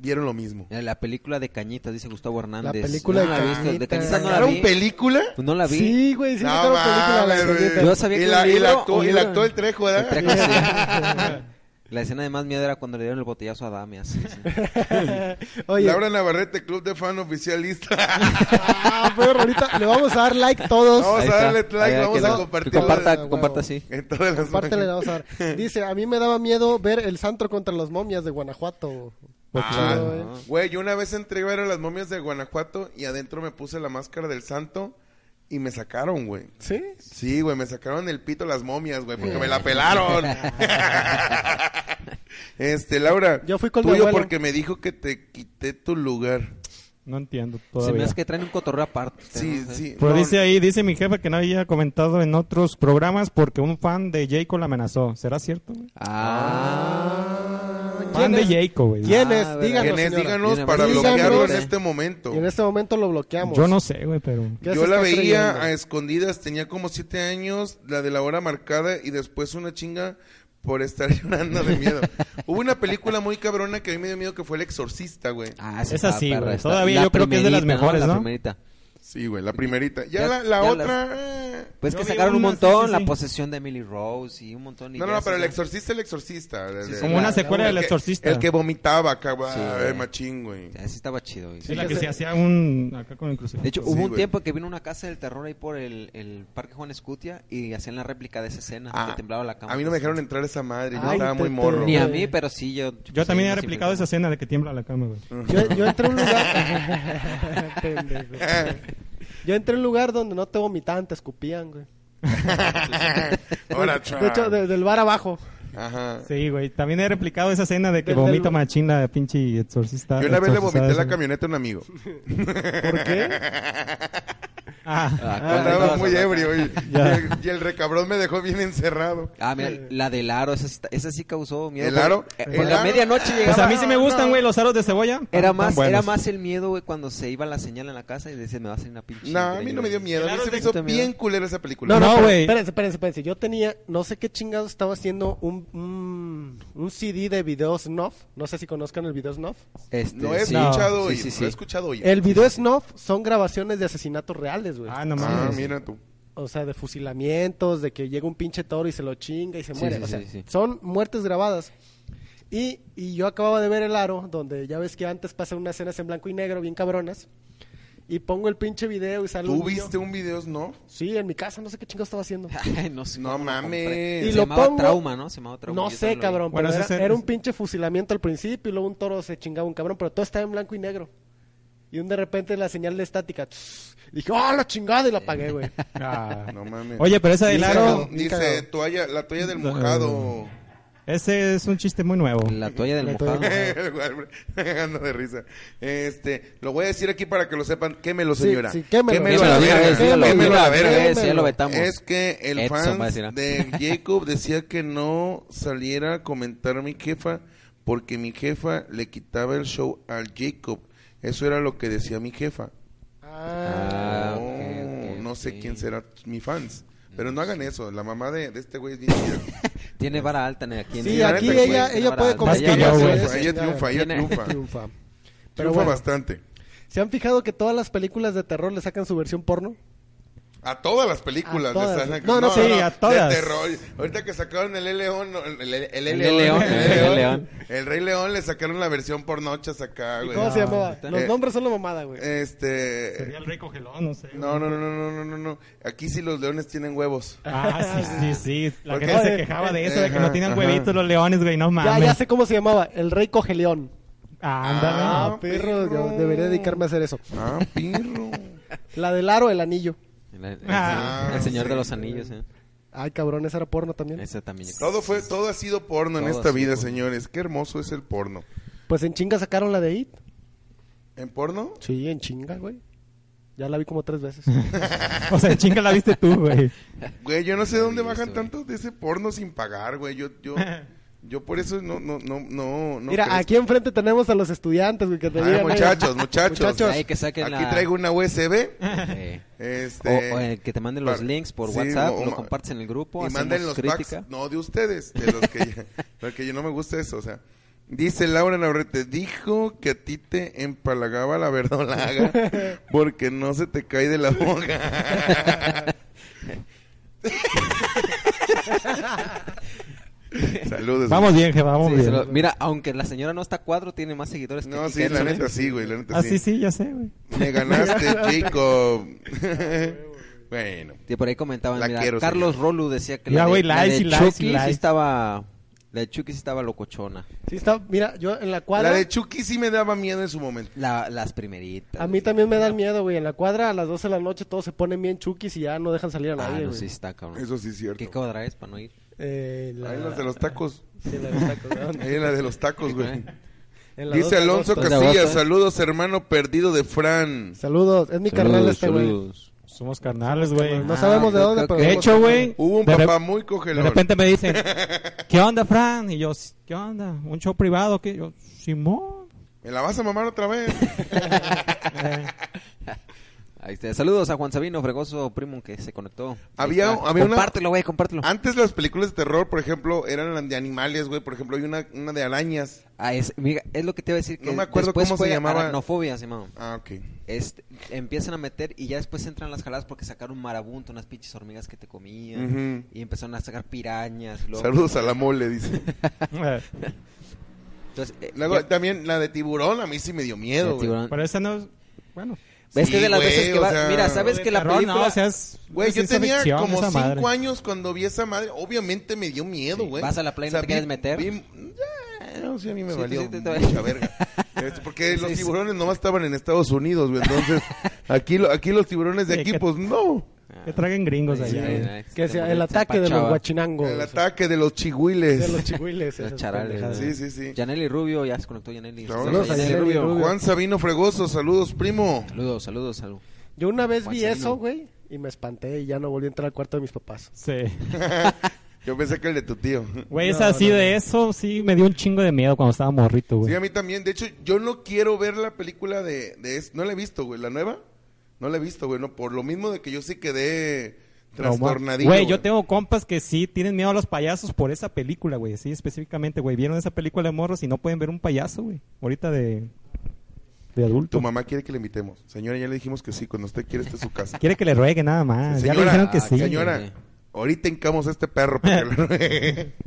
vieron lo mismo. Mira, La película de Cañitas, dice Gustavo Hernández. película No de la he visto, Cañitas. Cañitas no la ¿Sacaron vi. película? Pues no la vi. Sí, güey, sí, No, sacaron película la mames, güey. señorita. Yo sabía y que la, un y la libro, actuó, un y la libro. actuó el Trejo, El ¿verdad? Trejo, sí. La escena de más miedo era cuando le dieron el botellazo a Dami. así, sí. Oye, Laura Navarrete, Club de Fan Oficialista. ah, perro, ahorita le vamos a dar like todos. Vamos Ahí a está. darle like, Ahí vamos quedó. a compartir. Comparta, Ah, huevo. comparta, sí. En todas las Compártele, le vamos a dar. Dice, a mí me daba miedo ver el santo contra las momias de Guanajuato. Pues, Ah, Chido, eh. Güey, yo una vez entré a ver a las momias de Guanajuato y adentro me puse la máscara del santo y me sacaron, güey. ¿Sí? Sí, güey, me sacaron el pito las momias, güey, porque me la pelaron. este, Laura, Yo fui con mi tuyo abuelo. porque me dijo que te quité tu lugar. No entiendo Se me todavía. hace que traen un cotorreo aparte. Sí, ¿no? sí. Pero no, dice ahí, dice mi jefe que no había comentado en otros programas porque un fan de Jacob la amenazó. ¿Será cierto? güey? Ah. Fan de Jacob, güey. ¿Quién es? Ah, Díganos, ¿Quién es? señora. Díganos Díganos. para Díganos. bloquearlo en este momento. Y en este momento lo bloqueamos. Yo no sé, güey, pero... ¿Qué se Yo la está veía creyendo? a escondidas, tenía como siete años, la de la hora marcada y después una chinga por estar llorando de miedo. Hubo una película muy cabrona que a mí me dio miedo que fue El Exorcista, güey. Ah, Esa estaba sí, perra, güey. esta- Todavía la yo creo que es de las primerita, mejores, La ¿no? primerita. Sí, güey, la primerita. Ya, Ya- la, la ya otra... eh. Pues que Yo vi sacaron un una, sí, sí, montón, sí. la posesión de Emily Rose y un montón. y No, ya no, no, esas pero El ya- Exorcista, El Exorcista. de- de- Como una la- secuela del el que- Exorcista. El que vomitaba, cabrón. Sí, Ay, güey. machín, güey. ya, sí estaba chido. güey. Sí, la que se hacía un... Acá con el crucifijo. De hecho, Sí, hubo un güey. tiempo que vino una casa del terror ahí por el, el Parque Juan Escutia y hacían la réplica de esa escena, Ah, que temblaba la cama. a mí no me dejaron entrar esa madre, yo Ay, estaba te- muy te- morro. Ni a güey. mí, pero sí, yo... Yo también sí, he no replicado esa siempre- escena de que tiembla la cama, güey. Yo, yo entré a un lugar. Pendejo. Yo entré a un lugar donde no te vomitaban, te escupían, güey. Hola, De hecho, de- del bar abajo. Ajá. Sí, güey. También he replicado esa escena de que Del- del- vomita machín la pinche exorcista. Yo una vez le exorcizada vomité la esa. camioneta a un amigo. ¿Por qué? Ah, Ah, Andaba claro. muy ebrio y, Ya. y el, y el recabrón me dejó bien encerrado. Ah, mira, la del aro, esa, sí está- esa sí causó miedo. ¿El porque- aro? eh, ¿El Por la aro? medianoche llegaba... pues a mí sí me gustan, güey, los aros de cebolla. Era Tan- más, tan era buenos. más el miedo, güey, cuando se iba la señal en la casa y decía, me va a hacer una pinche... No, a mí no me dio miedo. A mí se me hizo Puta miedo. bien culera esa película. No, no, No, pero- güey. Espérense, espérense, espérense. Yo tenía, no sé qué chingado estaba haciendo un, un, un CD de video snuff. No sé si conozcan el video snuff. Este, No he sí. escuchado Sí, hoy. sí, sí. No he escuchado hoy. El video snuff son grabaciones de asesinatos reales, güey. Ah, no Ah, mames. mira tú. O sea, de fusilamientos, de que llega un pinche toro y se lo chinga y se Sí, muere. sí, o sea, sí, sí. son muertes grabadas. Y, y yo acababa de ver el aro, donde ya ves que antes pasan unas escenas en blanco y negro bien cabronas. Y pongo el pinche video y sale ¿Tú un niño- viste un Ah, video, no? Sí, en mi casa, no sé qué chingo estaba haciendo. Ay, no sé No cómo lo mames. compré. Y Se lo llamaba pongo- trauma, ¿no? Se llamaba trauma. No sé, yo también lo vi. cabrón, Bueno, pero ese era, es- era un pinche fusilamiento al principio y luego un toro se chingaba un cabrón, pero todo estaba en blanco y negro. Y un de repente la señal de estática. tss, Dije, ¡ah, la chingada! Y la apagué, güey. Ah. No mames. Oye, pero esa del Dice- aro, Dice toalla, la toalla del No. mojado. ese es un chiste muy nuevo. La toalla del La toalla mojado. Ando de risa. Este, lo voy a decir aquí para que lo sepan. Quémelo, Sí, señora. sí, quémelo. a la Quémelo, verga. quémelo, Quémelo a la quémelo, verga. eh, quémelo. Ya lo vetamos. Es que el Edson fan va a decir, ¿no? de Jacob decía que no saliera a comentar mi jefa porque mi jefa le quitaba el show al Jacob. Eso era lo que decía mi jefa. Ah, no, ok, ok, no sé ok. Mm. quién será mi fans. Pero no hagan eso. La mamá de, de este güey es bien chida. Tiene vara alta en- aquí en Sí, el- pues, aquí tiene ella- vara ella alta. puede Más que Ella- yo, güey. Ella triunfa, ella Tiene- triunfa. Triunfa. Pero Triunfa bueno, bastante. ¿se han fijado que todas las películas de terror le sacan su versión porno? A todas las películas. A todas. de Sasha- No, no, sí, a todas. De terror. Ahorita que sacaron el L. León, no, el, el- el El L. León, el L. León. León, el Rey León le sacaron la versión pornocha acá, ¿Y Ah, güey. cómo se No. llamaba? Los Eh, nombres son la mamada, güey. Este. Sería el rey congelón, no sé. No, no, no, no, no, no, no. Aquí sí los leones tienen huevos. Ah, sí, sí, sí. La Porque- eh, gente se quejaba de eso, de que Ajá, no tienen ajá. huevitos los leones, güey, no ya, mames. ya sé cómo se llamaba. El Rey Cogeleón. Ah, ándale. Ah, Ah, perro, perro. yo debería dedicarme a hacer eso. Ah, pirro. La del aro, el anillo. El, el- Ah, el señor sí. de los anillos, ¿eh? Ay, cabrón, esa era porno también. Ese también. yo creo. Todo fue, todo ha sido porno en Todo esta ha sido vida, porno. señores. Qué hermoso es el porno. Pues en chinga sacaron la de It. ¿En porno? Sí, en chinga, güey. Ya la vi como tres veces. O sea, chinga la viste tú, güey. Güey, yo no sé dónde Sí, bajan sí. tanto de ese porno sin pagar, güey. Yo, yo, yo por eso no, no, no, no. no Mira, crezco. aquí enfrente tenemos a los estudiantes, güey, que te ¿eh? Ay, digan, Ah, muchachos, "Oye, muchachos. Ahí que saquen Aquí la- traigo una USB. Eh, Este. o, o, eh, que te manden los para- links por sí, WhatsApp, o- lo ma- compartes en el grupo, Y hacemos manden los crítica. packs, no de ustedes, de los que ya- porque yo no me gusta eso, o sea. Dice Laura Navarrete, dijo que a ti te empalagaba la verdolaga porque no se te cae de la boca. Saludos. Vamos bien, jefa, vamos Sí, bien. se lo- mira, aunque la señora no está a cuadro, tiene más seguidores que No, Kiki sí, la Harrison, ¿eh? neta sí, güey, la neta Ah, sí, sí. sí, ya sé, güey. Me ganaste, Jacob. bueno. Sí, por ahí comentaban, La mira, quiero, Carlos señor. Rolu decía que Ya, la, de, güey, la likes de y likes y Chucky sí likes. estaba... La de Chucky sí estaba locochona. Sí, está, mira, yo en la cuadra. La de Chucky sí me daba miedo en su momento. La- las primeritas. A mí también me dan miedo, güey. En la cuadra a las 12 de la noche todos se ponen bien chuquis y ya no dejan salir a Ah, nadie, no, güey. sí está, cabrón. Eso sí es cierto. ¿Qué cuadra es para no ir? Eh, la- Ahí las de los tacos. Sí, la de los tacos, ¿no? Ahí la de los tacos, güey. En la 12 de Dice Alonso agosto. Dos de agosto, Casillas, ¿eh? saludos hermano perdido de Fran. Saludos, es mi carnal este, güey. Somos carnales, güey. No sabemos de ok, dónde, ok. pero. De hecho, güey. Hubo un de re- papá muy De cogelón. repente me dicen, ¿qué onda, Fran? Y yo, ¿qué onda? ¿Un show privado? ¿Qué? Yo, Simón. Eh, ¿Me la vas a mamar otra vez? Ahí está. Saludos a Juan Sabino Fregoso, primo que se conectó. Ahí Había- está. había una- Ah. Compártelo, güey, compártelo. Antes las películas de terror, por ejemplo, eran las de animales, güey. Por ejemplo, hay una, una de arañas. Ah, es, mira, es lo que te iba a decir. Que No me acuerdo después cómo se fue llamaba. Aracnofobia, se llamaba. Ah, ok. Este, empiezan a meter y ya después entran las jaladas porque sacaron marabunto, unas pinches hormigas que te comían. Ujú. Y empezaron a sacar pirañas. y luego- Saludos a la mole, dice. Eh, Entonces, eh, Luego ya- también la de tiburón, a mí sí me dio el miedo, güey. tiburón. Pero esa no es... Bueno. Es Sí, que de las güey, veces que o va- sea, mira, sabes de que la terror, película... No, o sea, es... Güey, es yo ciencia tenía ficción como esa cinco madre. años cuando vi esa madre. Obviamente me dio miedo, Sí. güey. Vas a la playa y no vi- te quieres meter. vi- Ya, no sé, a mí me Sí, valió sí, te- te- mucha verga. Este, Porque Sí, los sí. tiburones nomás estaban en Estados Unidos, güey. Entonces, aquí, lo- aquí los tiburones de Sí, aquí, que- pues no. Que traguen gringos Sí, allá. sí, güey. sí, Que se sea pone- el se ataque de los empachaba. guachilangos. El o sea, ataque de los chihuiles. Oh, De los chihuiles. Los esas charales, pendejadas. Sí, sí, sí. Yaneli Rubio, ya se conectó Yaneli. Saludos Saludos a a Yaneli Yaneli Rubio. Rubio. Juan Sabino Fregoso, saludos, primo. Saludos, saludos, saludos. Eh, Yo una vez vi Juan Sabino. eso, güey, y me espanté y ya no volví a entrar al cuarto de mis papás. Sí. Yo pensé que el de tu tío. Güey, es No, así no, de no. eso, sí, me dio un chingo de miedo cuando estaba morrito, güey. Sí, a mí también. De hecho, yo no quiero ver la película de... de es- no la he visto, güey. ¿La nueva? No la he visto, güey. No, por lo mismo de que yo sí quedé trastornadito. Güey, yo tengo compas que sí tienen miedo a los payasos por esa película, güey. Sí, específicamente, güey. Vieron esa película de morros y no pueden ver un payaso, güey. Ahorita de, de adulto. Tu mamá quiere que le invitemos. Señora, ya le dijimos que sí. Cuando usted quiere, esté su casa. Quiere que le ruegue nada más. ya le Señora, dijeron que ah, sí. Señora, Sí. ahorita hincamos a este perro. para que lo-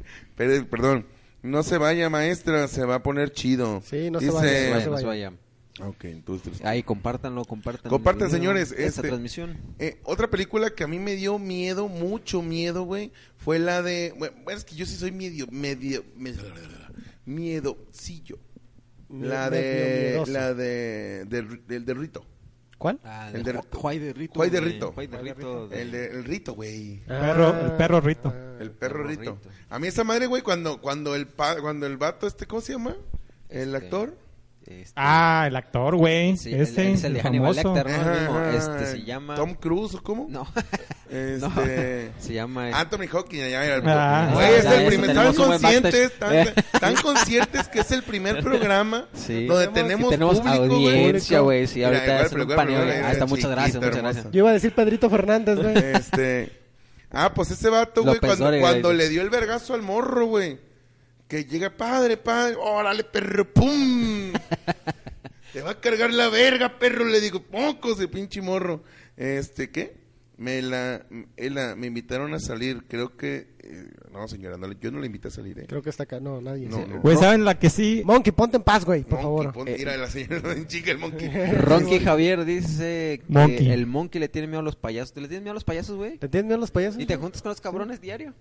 Pero, Perdón. No se vaya, maestra. Se va a poner chido. Sí, no se Dice- vaya, Bueno, se pues vaya. vaya. Ok, entonces... Ahí, compártanlo, compartan. Compartan, el video, señores, Esta este- transmisión. Eh, otra película que a mí me dio miedo, mucho miedo, güey, fue la de... Bueno, es que yo sí soy medio... medio... medio miedocillo. La Medio de... miedoso. La de... Del, del, del rito. ¿Cuál? Ah, El de de- Ju- Juay de Rito. Juay de güey. Rito. Juay de Rito. de- El, de- el rito, güey. El perro- el perro rito. Ah. El perro perro rito. Rito. A mí esa madre, güey, cuando, cuando, el pa- cuando el vato este... ¿Cómo se llama? El Este, actor. este, Ah, el actor, güey. sí, el- ese, es el de el Hannibal famoso. Lecter, ¿no? El mismo, Ajá, este, se llama... Tom Cruise, ¿o ¿cómo? No. Este... no, se llama... Anthony Hawking, ya, ya, Ah. güey, es Ya, el ya primer, tan tenemos un buen conscientes, tan, backstage. tan conscientes que es el primer programa Sí. donde Que tenemos, tenemos público, güey. audiencia, güey. Sí, Mira, ahorita igual, es pero un igual, paneo. pero igual, Ah, está, muchas chiquita, gracias, muchas hermosa. gracias. Yo iba a decir Pedrito Fernández, güey. Este, ah, pues ese vato, güey, López cuando, Dóriga, cuando güey. le dio el vergazo al morro, güey, que llega, padre, padre, órale, perro, pum. Te va a cargar la verga, perro, le digo, pocos de pinche morro. Este, ¿qué? Me la, ela- me invitaron a salir, creo que... eh, no, señora, no le- yo no la invité a salir, ¿eh? Creo que está acá. No, nadie. No, Sí. no. Güey, ¿saben la que sí? Monkey, ponte en paz, güey, por Monkey, favor. eh, pon- mira, la señora en chica, el monkey. Ronky Javier dice que Monkey. el monkey le tiene miedo a los payasos. ¿Te le tienes miedo a los payasos, güey? ¿Te entienden los payasos? Y te juntas con los cabrones diario.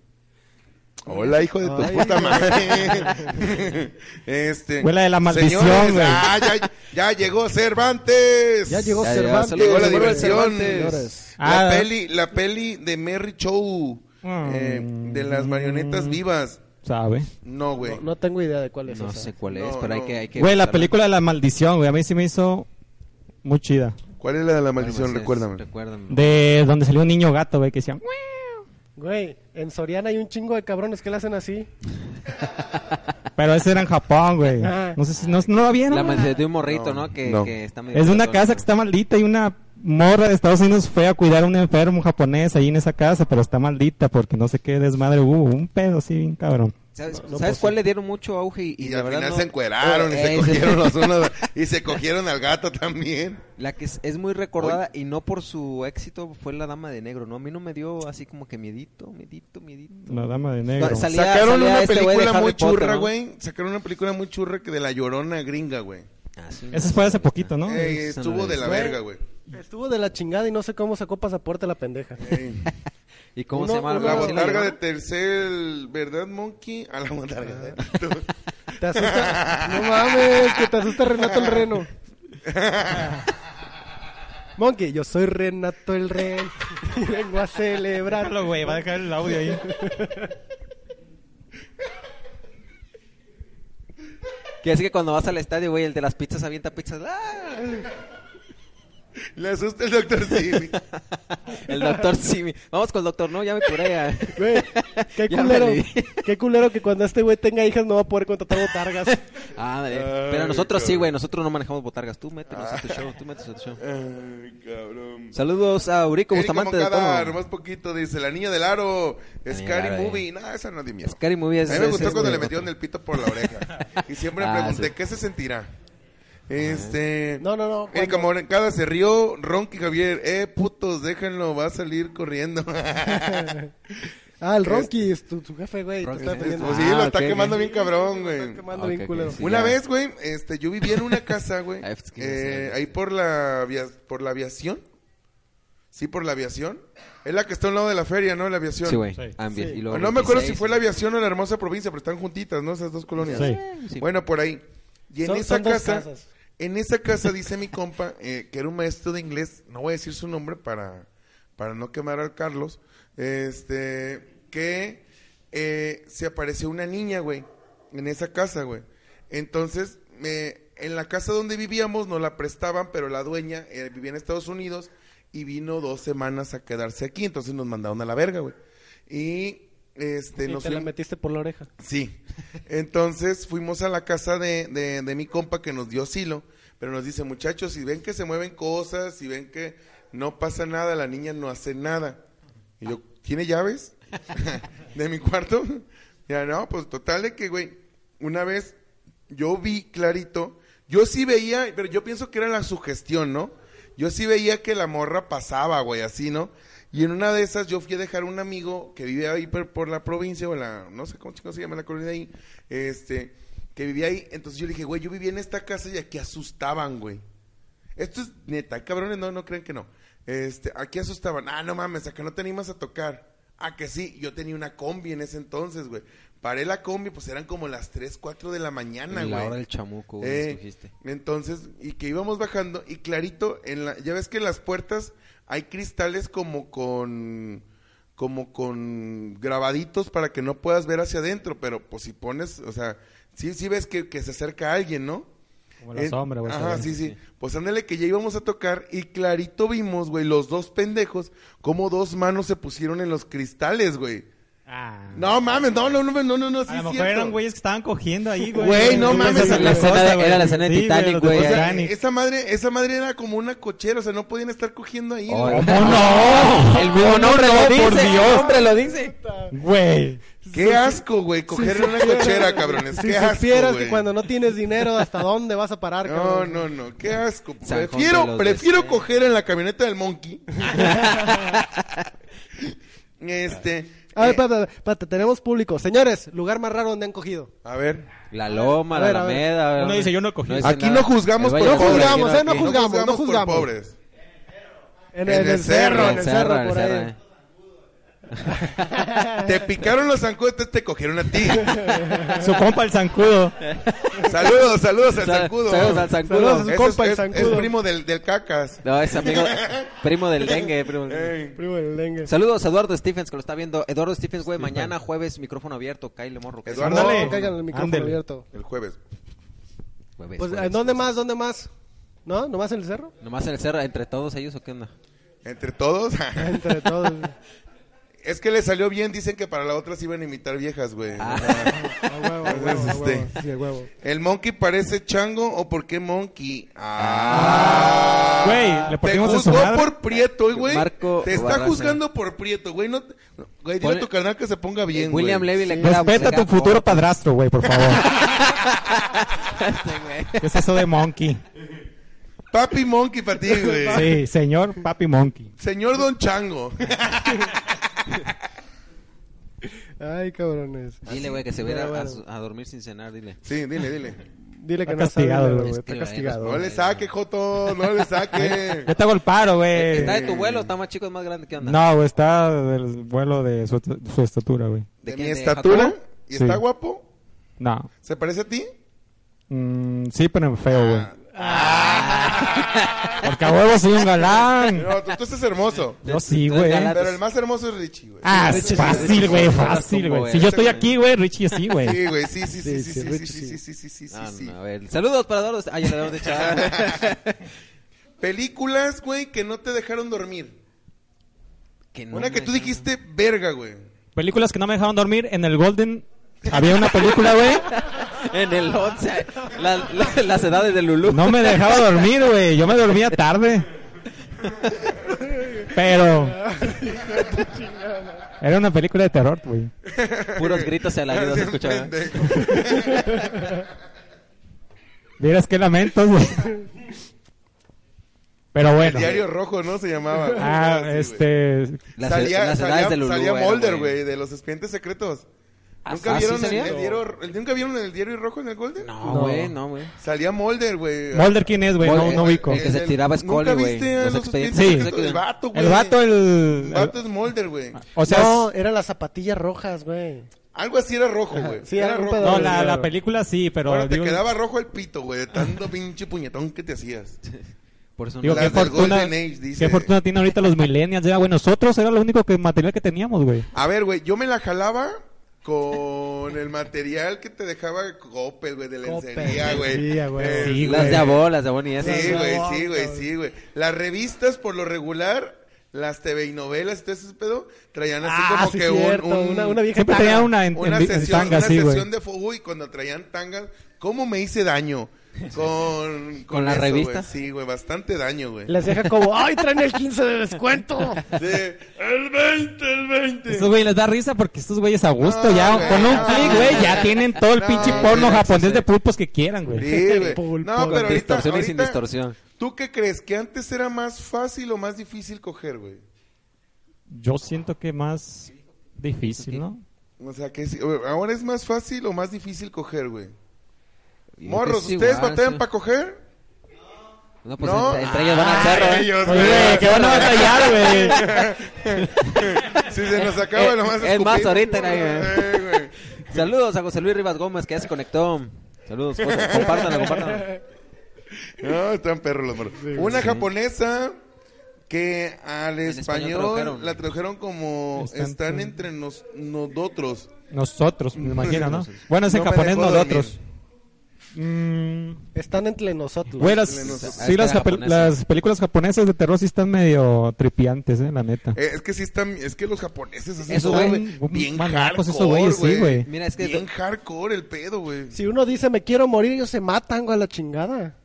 Hola, hijo de tu Ay. puta madre. este. Fue la de la maldición, señores, güey. ah, ya, ya llegó Cervantes. Ya llegó Ya, ya, Cervantes. solo Llegó la Llegó diversión. Cervantes. Ah. La peli, la peli de Merry Show. Mm. eh, de las marionetas vivas. ¿Sabe? No, güey. No, no tengo idea de cuál es No esa. sé cuál No, es, pero hay no. que... hay que Güey, la buscarla. película de la maldición, güey, a mí sí me hizo muy chida. ¿Cuál es la de la Algo maldición? así pues es, Recuérdame. Recuérdame. De donde salió un niño gato, güey, que decían... Güey, en Soriana hay un chingo de cabrones que le hacen así. Pero ese era en Japón, güey. Ah. No sé si no, no lo vieron. La güey? maldición de un morrito, No, ¿no? Que, no. que está medio Es de una ratón, casa ¿no? que está maldita y una morra de Estados Unidos fue a cuidar a un enfermo japonés ahí en esa casa, pero está maldita porque no sé qué desmadre hubo. Un pedo así, bien cabrón. ¿Sabes, No, no, ¿sabes pues, cuál le dieron mucho auge? Y, y Y de al verdad final no- se encueraron y Eh, se ese- cogieron los unos y se cogieron al gato también. La que es, es muy recordada y no por su éxito fue La Dama de Negro, ¿no? A mí no me dio así como que miedito, miedito, miedito. La dama de negro. No, sal- Salía- Sacaron salía una este güey de película Harry muy Potter, churra, ¿no? güey. Sacaron una película muy churra que de la llorona gringa, güey. Así no Ese sé, fue hace ahorita. poquito, ¿no? Ey, esa no estuvo la de la vi. verga, güey. Estuvo de la chingada y no sé cómo sacó pasaporte la pendeja. Ey. ¿Y cómo Uno- se llama? uno- ¿Cómo La se ¿Sí botarga llama? de tercer, ¿verdad, Monkey? A la botarga de Te asusta. no mames, que te asusta Renato el Reno. Monkey, yo soy Renato el Reno. y Vengo a celebrar. Déjalo, güey, va a dejar el audio ahí. Que es que cuando vas al estadio, güey, el de las pizzas avienta pizzas. ¡Ah! Le asusta el doctor Simi. El doctor Simi. Vamos con el doctor, ¿no? Ya me curé. ya. Güey, qué Ya me culero. alivia. Qué culero que cuando este güey tenga hijas no va a poder contratar botargas. Ah, madre. Ay, Pero nosotros sí, cabrón. Ah. güey. Nosotros no manejamos botargas. Tú métenos a tu show. Tú métenos a tu show. Ay, cabrón. Saludos a Eurico Erika Bustamante. de Moncada, Tomo. nomás poquito, dice. La niña del aro. La niña Scary del aro, Movie. No, esa no es de miedo. Scary Movie es- A mí me es- gustó es cuando de le metieron otro. el pito por la oreja. Y siempre me Ah, pregunté, sí. Ah, ¿qué se sentirá? Este... No, no, no. Erika cuando- Moncada se rió. Ronqui Javier. Eh, putos, déjenlo. Va a salir corriendo. Ah, el Ronky, es tu, tu jefe, güey. te Ronky, está sí. pidiendo- Pues sí, lo Ah, está ok, quemando ok. bien cabrón, Lo güey. están quemando Ah, bien ok, ok, culero. sí. Una ya. vez, güey, este, yo vivía en una casa, güey. Ah, es que eh, no sé. ahí por la, avia- por la aviación. Sí, por la aviación. Es la que está a un lado de la feria, ¿no? La aviación. Sí, güey. Sí. Ambien. Sí. Y luego No me acuerdo si 26. fue la aviación o la hermosa provincia, pero están juntitas, ¿no? Esas dos colonias. Sí. Sí. Bueno, por ahí. Y en Son- esa son dos casa, casas. en esa casa dice mi compa, eh, que era un maestro de inglés, no voy a decir su nombre para, para no quemar al Carlos, este, que eh, se apareció una niña, güey, en esa casa, güey. Entonces, me, en la casa donde vivíamos nos la prestaban, pero la dueña eh, vivía en Estados Unidos y vino dos semanas a quedarse aquí, entonces nos mandaron a la verga, güey. Y este, Y nos te la fuimos- metiste por la oreja. Sí. Entonces fuimos a la casa de, de, de mi compa que nos dio asilo, pero nos dice, muchachos, si ven que se mueven cosas, si ven que no pasa nada, la niña no hace nada. Y yo, ¿tiene llaves? de mi cuarto. Ya no, pues total de que, güey, una vez yo vi clarito, yo sí veía, pero yo pienso que era la sugestión, ¿no? Yo sí veía que la morra pasaba, güey, así, ¿no? Y en una de esas yo fui a dejar a un amigo que vivía ahí por, por la provincia, o la, no sé cómo chingados se llama la colonia ahí, este, que vivía ahí. Entonces yo le dije, güey, yo vivía en esta casa y aquí asustaban, güey. Esto es neta, cabrones, no, no creen que no. Este, aquí asustaban, ah, no mames, acá no te animas a tocar. Ah, que sí, yo tenía una combi en ese entonces, güey. Paré la combi, pues eran como las 3, 4 de la mañana, En güey. la hora del chamuco, güey. Eh, nos dijiste. entonces, y que íbamos bajando, y clarito, en la, ya ves que en las puertas hay cristales como con como con grabaditos para que no puedas ver hacia adentro, pero pues si pones, o sea, sí, sí ves que, que se acerca alguien, ¿no? Como la Eh, sombra, güey. Ajá, ¿sabes? sí, sí. Pues ándale que ya íbamos a tocar y clarito vimos, güey, los dos pendejos, como dos manos se pusieron en los cristales, güey. Ah. No mames, no, no, no, no, no, no, sí a lo es mejor cierto. eran güeyes que estaban cogiendo ahí, güey. Güey, no mames, Esa es la escena cosa, de- güey. era la escena de Sí, Titanic, los de güey. O sea, Titanic. esa madre, esa madre era como una cochera, o sea, no podían estar cogiendo ahí. Oh, güey. ¿Cómo no? El mismo nombre no, lo dice. por Dios. El nombre lo dice. Güey. Qué asco, güey, coger en una cochera, cabrones. Si Qué asco, supieras que güey. cuando no tienes dinero, ¿hasta dónde vas a parar, No, cabrón? no, no, qué asco. San Juan de Prefiero, los prefiero Deseos. coger en la camioneta del Monkey. este. A ver, eh, espérate, espérate, tenemos público. Señores, lugar más raro donde han cogido. a ver. La loma, A ver, la a ver. alameda. Uno ¿verdad? dice, yo no he cogido. Aquí no juzgamos El por Valle de pobres. Guadalura, juzgamos, aquí ¿eh? No aquí. juzgamos. no por juzgamos. pobres. En, En el cerro, en el cerro, por ahí. Eh, cerro, Te picaron los zancotes, te cogieron a ti. Su compa el zancudo. Saludos, saludos al Sal- zancudo. saludos al zancudo. Saludos a su Ese compa, el es, es- zancudo. es primo del, del cacas. No, es amigo, primo del dengue. Primo del dengue. Ey, Primo del dengue. Saludos a Eduardo Stephens, que lo está viendo. Eduardo Stephens, güey, mañana jueves, micrófono abierto. Kyle Morro. que Eduardo. Ándale, Ándale. caigan el micrófono Ándale. abierto. El jueves. es jueves, Pues, jueves. ¿en ¿dónde más? ¿Dónde más? ¿No? ¿Nomás en el cerro? ¿Nomás en el cerro, entre todos ellos o qué onda? Entre todos. Entre todos. es que le salió bien. Dicen que para la otra se iban a imitar viejas, güey. Ah. A huevo, a huevo, a huevo. Sí, a huevo. este, ¿El monkey parece chango o por qué monkey? Güey, Ah. le Te partimos a su juzgó madre. por prieto, güey. Marco Te está Barraza. juzgando por prieto, güey. No, te- no, güey, dile a tu Ponle- canal que se ponga bien, güey. Eh, William Levy le queda... Respeta le tu queda futuro corto. padrastro, güey, por favor. Este, güey. ¿Qué es eso de Monkey? Papi monkey para ti, güey. Sí, señor Papi Monkey. Señor Don Chango. Ay, cabrones. Ah. Dile, güey, que se Pero vaya a, bueno. su- a dormir sin cenar, dile. Sí, dile, dile. Dile que Está no sabe, castigado, güey, güey. Está Escribe ahí, No castigado. le saque, Joto. No le saque. Yo te hago el paro, Eh. güey. Eh, ¿Está de tu vuelo? ¿Está más chico, es más grande? ¿Qué onda? No, güey, está del vuelo de su, su estatura, güey. ¿De, quién? mi ¿De estatura? Jacobo? ¿Y está Sí. guapo? No. ¿Se parece a ti? Mm, sí, pero feo, güey. Ah. Ah, Porque a huevo soy un galán. No, tú, tú estás hermoso. Yo sí, Tú eres güey. galán. Pero el más hermoso es Richie, güey. Ah, Richie es sí, Richie fácil, güey, sí, fácil, como, güey. eh, Si yo ese estoy güey. aquí, güey, Richie sí, güey. Sí, güey, sí, Sí, sí, sí, sí, sí, sí, sí, Richie, sí, sí, sí, sí, sí, Ah, sí, sí. no, a ver. Saludos para Eduardo... Ah, ya lo habíamos dicho. Películas, güey, que no te dejaron dormir. Que no Una que me- tú dijiste, verga, güey. Películas que no me dejaron dormir. En el Golden había una película, güey. En el 11. La- la- las edades de Lulú. No me dejaba dormir, güey. Yo me dormía tarde. Pero... Era una película de terror, güey. Puros gritos y alaridos se Bien escuchaban. pendejo. Miras qué lamentos, güey. Pero El bueno. diario rojo, ¿no? Se llamaba. güey. Ah, Algo así, güey. este... Las, e- salía, las edades salía, de Lulú. salía era, Mulder, güey, de los expedientes secretos. Ah, ¿Nunca ¿ah, vieron sí el, salía? el diario, el- ¿Nunca vieron el diario rojo en el Golden? No, No. güey, no, güey. Salía Mulder, güey. Mulder, ¿quién es, güey? No, Mulder, no ubico. el que se tiraba Scully, ¿Nunca güey, viste a los los expedientes expedientes secretos? secretos? El vato, güey. El vato, Ah, el... El vato es Mulder, güey. O sea, No, es- eran las zapatillas rojas, güey. Algo así era rojo, güey. Sí, era era un rojo. pedo- no, la, claro. la película sí, pero... Ahora te digo- quedaba rojo el pito, güey, de tanto pinche puñetón que te hacías. Por eso no. Digo, Las qué del fortuna, Golden Age, dice. qué fortuna tienen ahorita los millennials. Ya, güey, nosotros era lo único que material que teníamos, güey. A ver, güey, yo me la jalaba con el material que te dejaba Coppel, güey, de lencería, Coppel, güey. lencería, güey. Eh, Sí, Las de Abó, las de Abón y esas. Sí, Las güey, de sí, güey, Abón, sí, güey. Las revistas, por lo regular, las TV y novelas y todo ese pedo, traían así Ah, como sí, que un- cierto, un... una, una vieja Siempre tanga. tenía una en, una en- en sesión, tanga, una sí, güey. sesión de fo- uy, cuando traían tangas, ¿cómo me hice daño? Con, con, ¿Con la eso, revista? güey. Sí, güey, bastante daño, güey. Les deja como, ¡ay, traen el 15 de descuento! Sí, el 20, el 20. Estos güeyes les da risa porque estos güeyes a gusto No, ya Ah, güey, con un no. clic, güey, ya tienen todo el No, pinche güey, porno sí, japonés sí. de pulpos que quieran, güey. Sí, güey. Pulpo. No, pero Con ahorita, distorsión y sin ahorita- distorsión. ¿Tú qué crees? ¿Que antes era más fácil o más difícil coger, güey? Yo siento que más difícil, ¿no? O sea, que sí, güey, ahora es más fácil o más difícil coger, güey. Yo creo Morros, que sí, ¿ustedes igual, batallan sí. para coger? No, pues No. Ah. entre- entre ellos van al cerro, Ay, ¿eh? ellos, Oye, güey, que van a batallar, güey. Si se nos acaba Eh, nomás es más ahorita, güey. güey. Eh, güey. Saludos a José Luis Rivas Gómez, que ya se conectó. Saludos, José. Compártanlo, compártanlo. No, están perros los morros. Una japonesa que al En español español, tradujeron. la tradujeron como Están- están, entre nos- nosotros. Nosotros, me imagino, ¿no? Bueno, es en No me japonés dejó nosotros. Mm, Están entre nosotros. Güey, las, Chileno. sí, las, japo- las películas japonesas de terror sí están medio tripiantes, eh, la neta. Eh, es que sí están, es que los japoneses hacen Eso, todo, güey, güey, bien maníacos hardcore, esos güeyes, sí, güey. Mira, es que- bien hardcore el pedo, güey. Si uno dice, me quiero morir, ellos se matan, güey, a la chingada.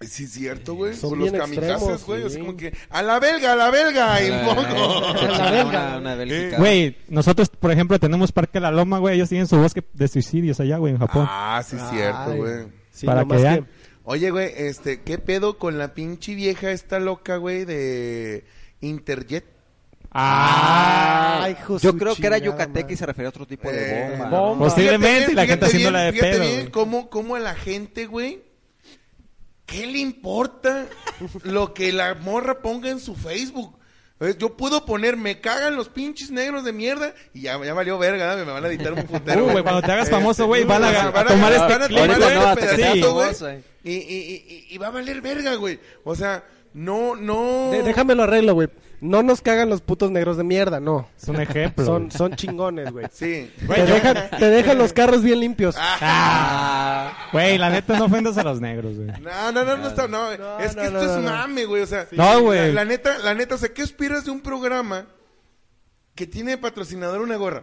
Sí, cierto, güey. Son Con los bien kamikazes, extremos, güey. Así sí. como que, ¡a la belga, a la belga! Ah, Y un poco. La belga. Eh, Una, una Bélgica. Güey, nosotros, por ejemplo, tenemos Parque La Loma, güey. Ellos tienen su bosque de suicidios allá, güey, en Japón. Ah, sí, Ay, cierto, güey. sí, Para nomás que vean. Oye, güey, este, ¿qué pedo con la pinche vieja esta loca, güey, de Interjet? Ah, Ay, hijo Yo su creo que era chingada Yucatec y madre. se refería a otro tipo Eh, de bomba. bomba. ¿no? Posiblemente, y la gente haciendo haciéndola de fíjate pedo, bien güey. cómo, cómo a la gente, güey, ¿qué le importa lo que la morra ponga en su Facebook? Eh, Yo puedo poner, me cagan los pinches negros de mierda y ya, ya valió verga, ¿no? me van a editar un Uh, putero. güey, cuando te hagas famoso, güey, Este, van a, van a- a van a- tomar van este a clip, tomar güey. no, hasta que Sí. sea pedacito, güey. famoso, eh. Y, y- y- y va a valer verga, güey. O sea, no, no. De- déjame lo arreglo, güey. No nos cagan los putos negros de mierda, no. Es un ejemplo. Son, güey. son chingones, güey. Sí. Te dejan, te dejan los carros bien limpios. Ah, Güey, la neta, no ofendas a los negros, güey. No, no, no, no está, no, es que no, esto no, es no, no. mame, güey, o sea, No, güey. La, la neta, la neta, o sea, ¿qué aspiras de un programa que tiene de patrocinador una gorra?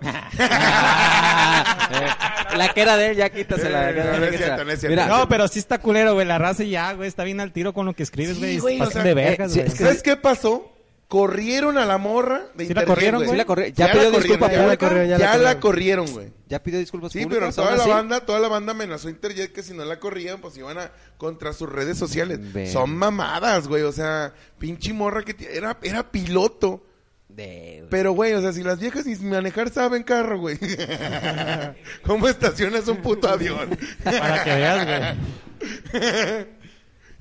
Eh, la que era de él, ya quítasela. Eh, no, no es quítasela. cierto, no es cierto. Mira, No, pero sí está culero, güey. La raza ya, güey, está bien al tiro con lo que escribes, güey. güey, pasan o sea, de vergas, eh, sí, güey. es que- ¿Sabes qué pasó? Corrieron a la morra de Sí la Interjet, corrieron, güey. güey. Sí la corri- ya pidió la corrieron, disculpa ya la pública. corrieron, ya, Ya la la corrieron, güey. ya pidió disculpas Sí, pero públicas. toda aún la así. banda, toda la banda amenazó a Interjet que si no la corrían, pues iban a contra sus redes sociales. Ve. Son mamadas, güey, o sea, pinche morra que t- era era piloto. De- Pero, güey, o sea, si las viejas sin manejar saben carro, güey. ¿Cómo estacionas un puto avión? Para que veas, güey.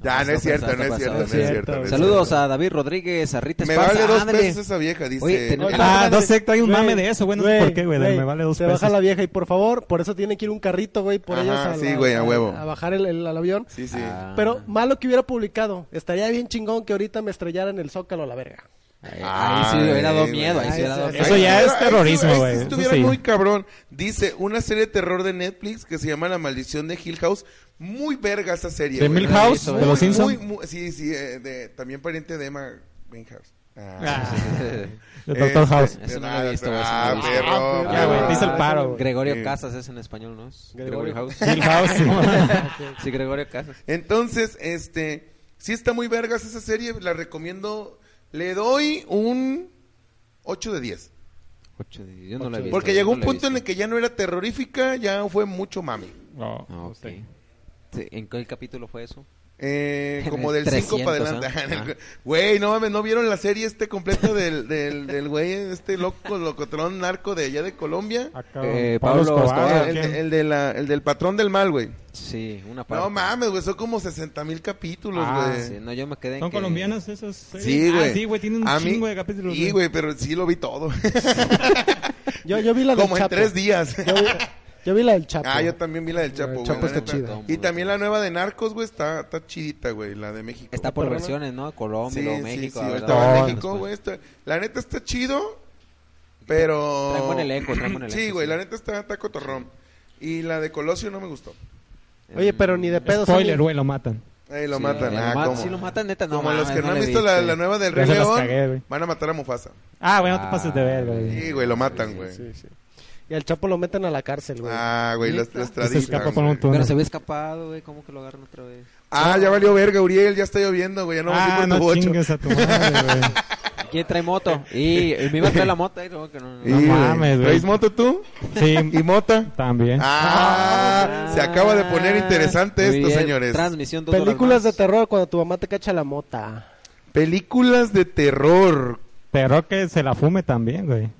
ya, Ah, no es Pasó, cierto, pasó, no es pasó, cierto, no es pasó. cierto. no es Saludos cierto. a David Rodríguez, a Rita Me Esparza. vale dos ándale. pesos esa vieja, dice. Oye, tenemos- el- Ah, espérate, dos sectas, hay un mame de eso, güey, no sé por qué, güey, de- güey, me vale dos se pesos. baja la vieja y por favor, por eso tiene que ir un carrito, güey, por Ajá, ellos a, la- sí, güey, a huevo. a bajar el, el- al avión. Sí, sí. Ah. Pero malo que hubiera publicado. Estaría bien chingón que ahorita me estrellaran el zócalo a la verga. Ahí, Ah, ahí sí le hubiera dado güey. miedo, ahí sí le hubiera dado Ay, Eso miedo. ya Ahí es estuviera- terrorismo, ahí güey. sí Eso estuviera sí. muy cabrón. Dice, una serie de terror de Netflix que se llama La Maldición de Hill House. Muy verga esa serie. ¿De güey. Milhouse? Muy, ¿De los Simpson? muy, muy- sí, sí, eh, de- también pariente de Emma Greenhouse. Ah. De Este, Doctor House. Eso no lo he visto, güey, Ah, eso no lo he visto. perro. Ya, güey, te hice el Ah, paro, güey. Gregorio Sí. Casas es en español, ¿no? Es Gregorio. eh, Bill House, sí. sí, Gregorio Casas. Entonces, este, sí está muy vergas esa serie, la recomiendo. Le doy un 8 de 10. Ocho de- Yo no lo he visto. Porque llegó un punto en el que ya no era terrorífica, ya fue mucho mami. No, Ah, sí. ok. Sí, ¿En qué capítulo fue eso? Eh, En como el del 5 para 300, adelante. ¿ah? Güey, no mames, ¿no vieron la serie este completa del, del, del güey, este loco, locotrón narco de allá de Colombia? Acá, Eh, Pablo Pablo Escobar, Escobar, ¿o el, qué? de- el de la, el del patrón del mal, güey. Sí, una parte. No mames, güey, son como 60 mil capítulos, Ah, güey. Sí, no, yo me quedé en ¿Son que- colombianas esas? series? Sí, güey. Ah, sí, güey, tienen un A mí- chingo de capítulos. Sí, güey, pero sí lo vi todo. Yo, yo vi la del Como en Chapo. tres días. Yo vi, yo vi la del Chapo. Ah, yo también vi la del Chapo, El güey. Chapo la está neta. chida. Y también la nueva de Narcos, güey, está, está chidita, güey, la de México. Está por versiones, ¿no? Colombia, Sí, luego sí, México. sí, a ver, ahorita a va ver, México, después. güey. está- La neta está chido, pero... Trae buen elenco, trae buen Sí, elenco, güey, sí. la neta está, está cotorrón. Y la de Colosio no me gustó. Oye, pero ni de pedo. Spoiler, Sammy. güey, lo matan. Ahí lo Sí, matan. lo ah, mat- ¿cómo? sí lo matan, neta, no Como los mames, que no, no han le visto la, viste. la nueva del Ya Rey se las León, cagué, güey. van a matar a Mufasa. Ah, güey, no te Ah, pases de verga, güey. Sí, güey, lo matan, güey. Sí, sí. Y al Chapo lo meten a la cárcel, güey. Ah, güey, las Que Se escapa por un extraditan. Pero túnel. se ve escapado, güey. ¿Cómo que lo agarran otra vez? Ah, ya valió verga, Uriel, ya está lloviendo, güey, ya no ah, vamos a ir no por tu bocho. chingues a tu madre, güey. ¿Quién trae moto? Y, y me iba a traer la moto. Y, luego que no, no, Y, no. No güey, mames, güey. ¿Traes moto tú? ¿Y Sí, mota? también. Ah, se acaba de poner interesante Muy esto, bien, señores. Transmisión dos Películas de horas más. terror cuando tu mamá te cacha la mota. Películas de terror. Pero que se la fume también, güey.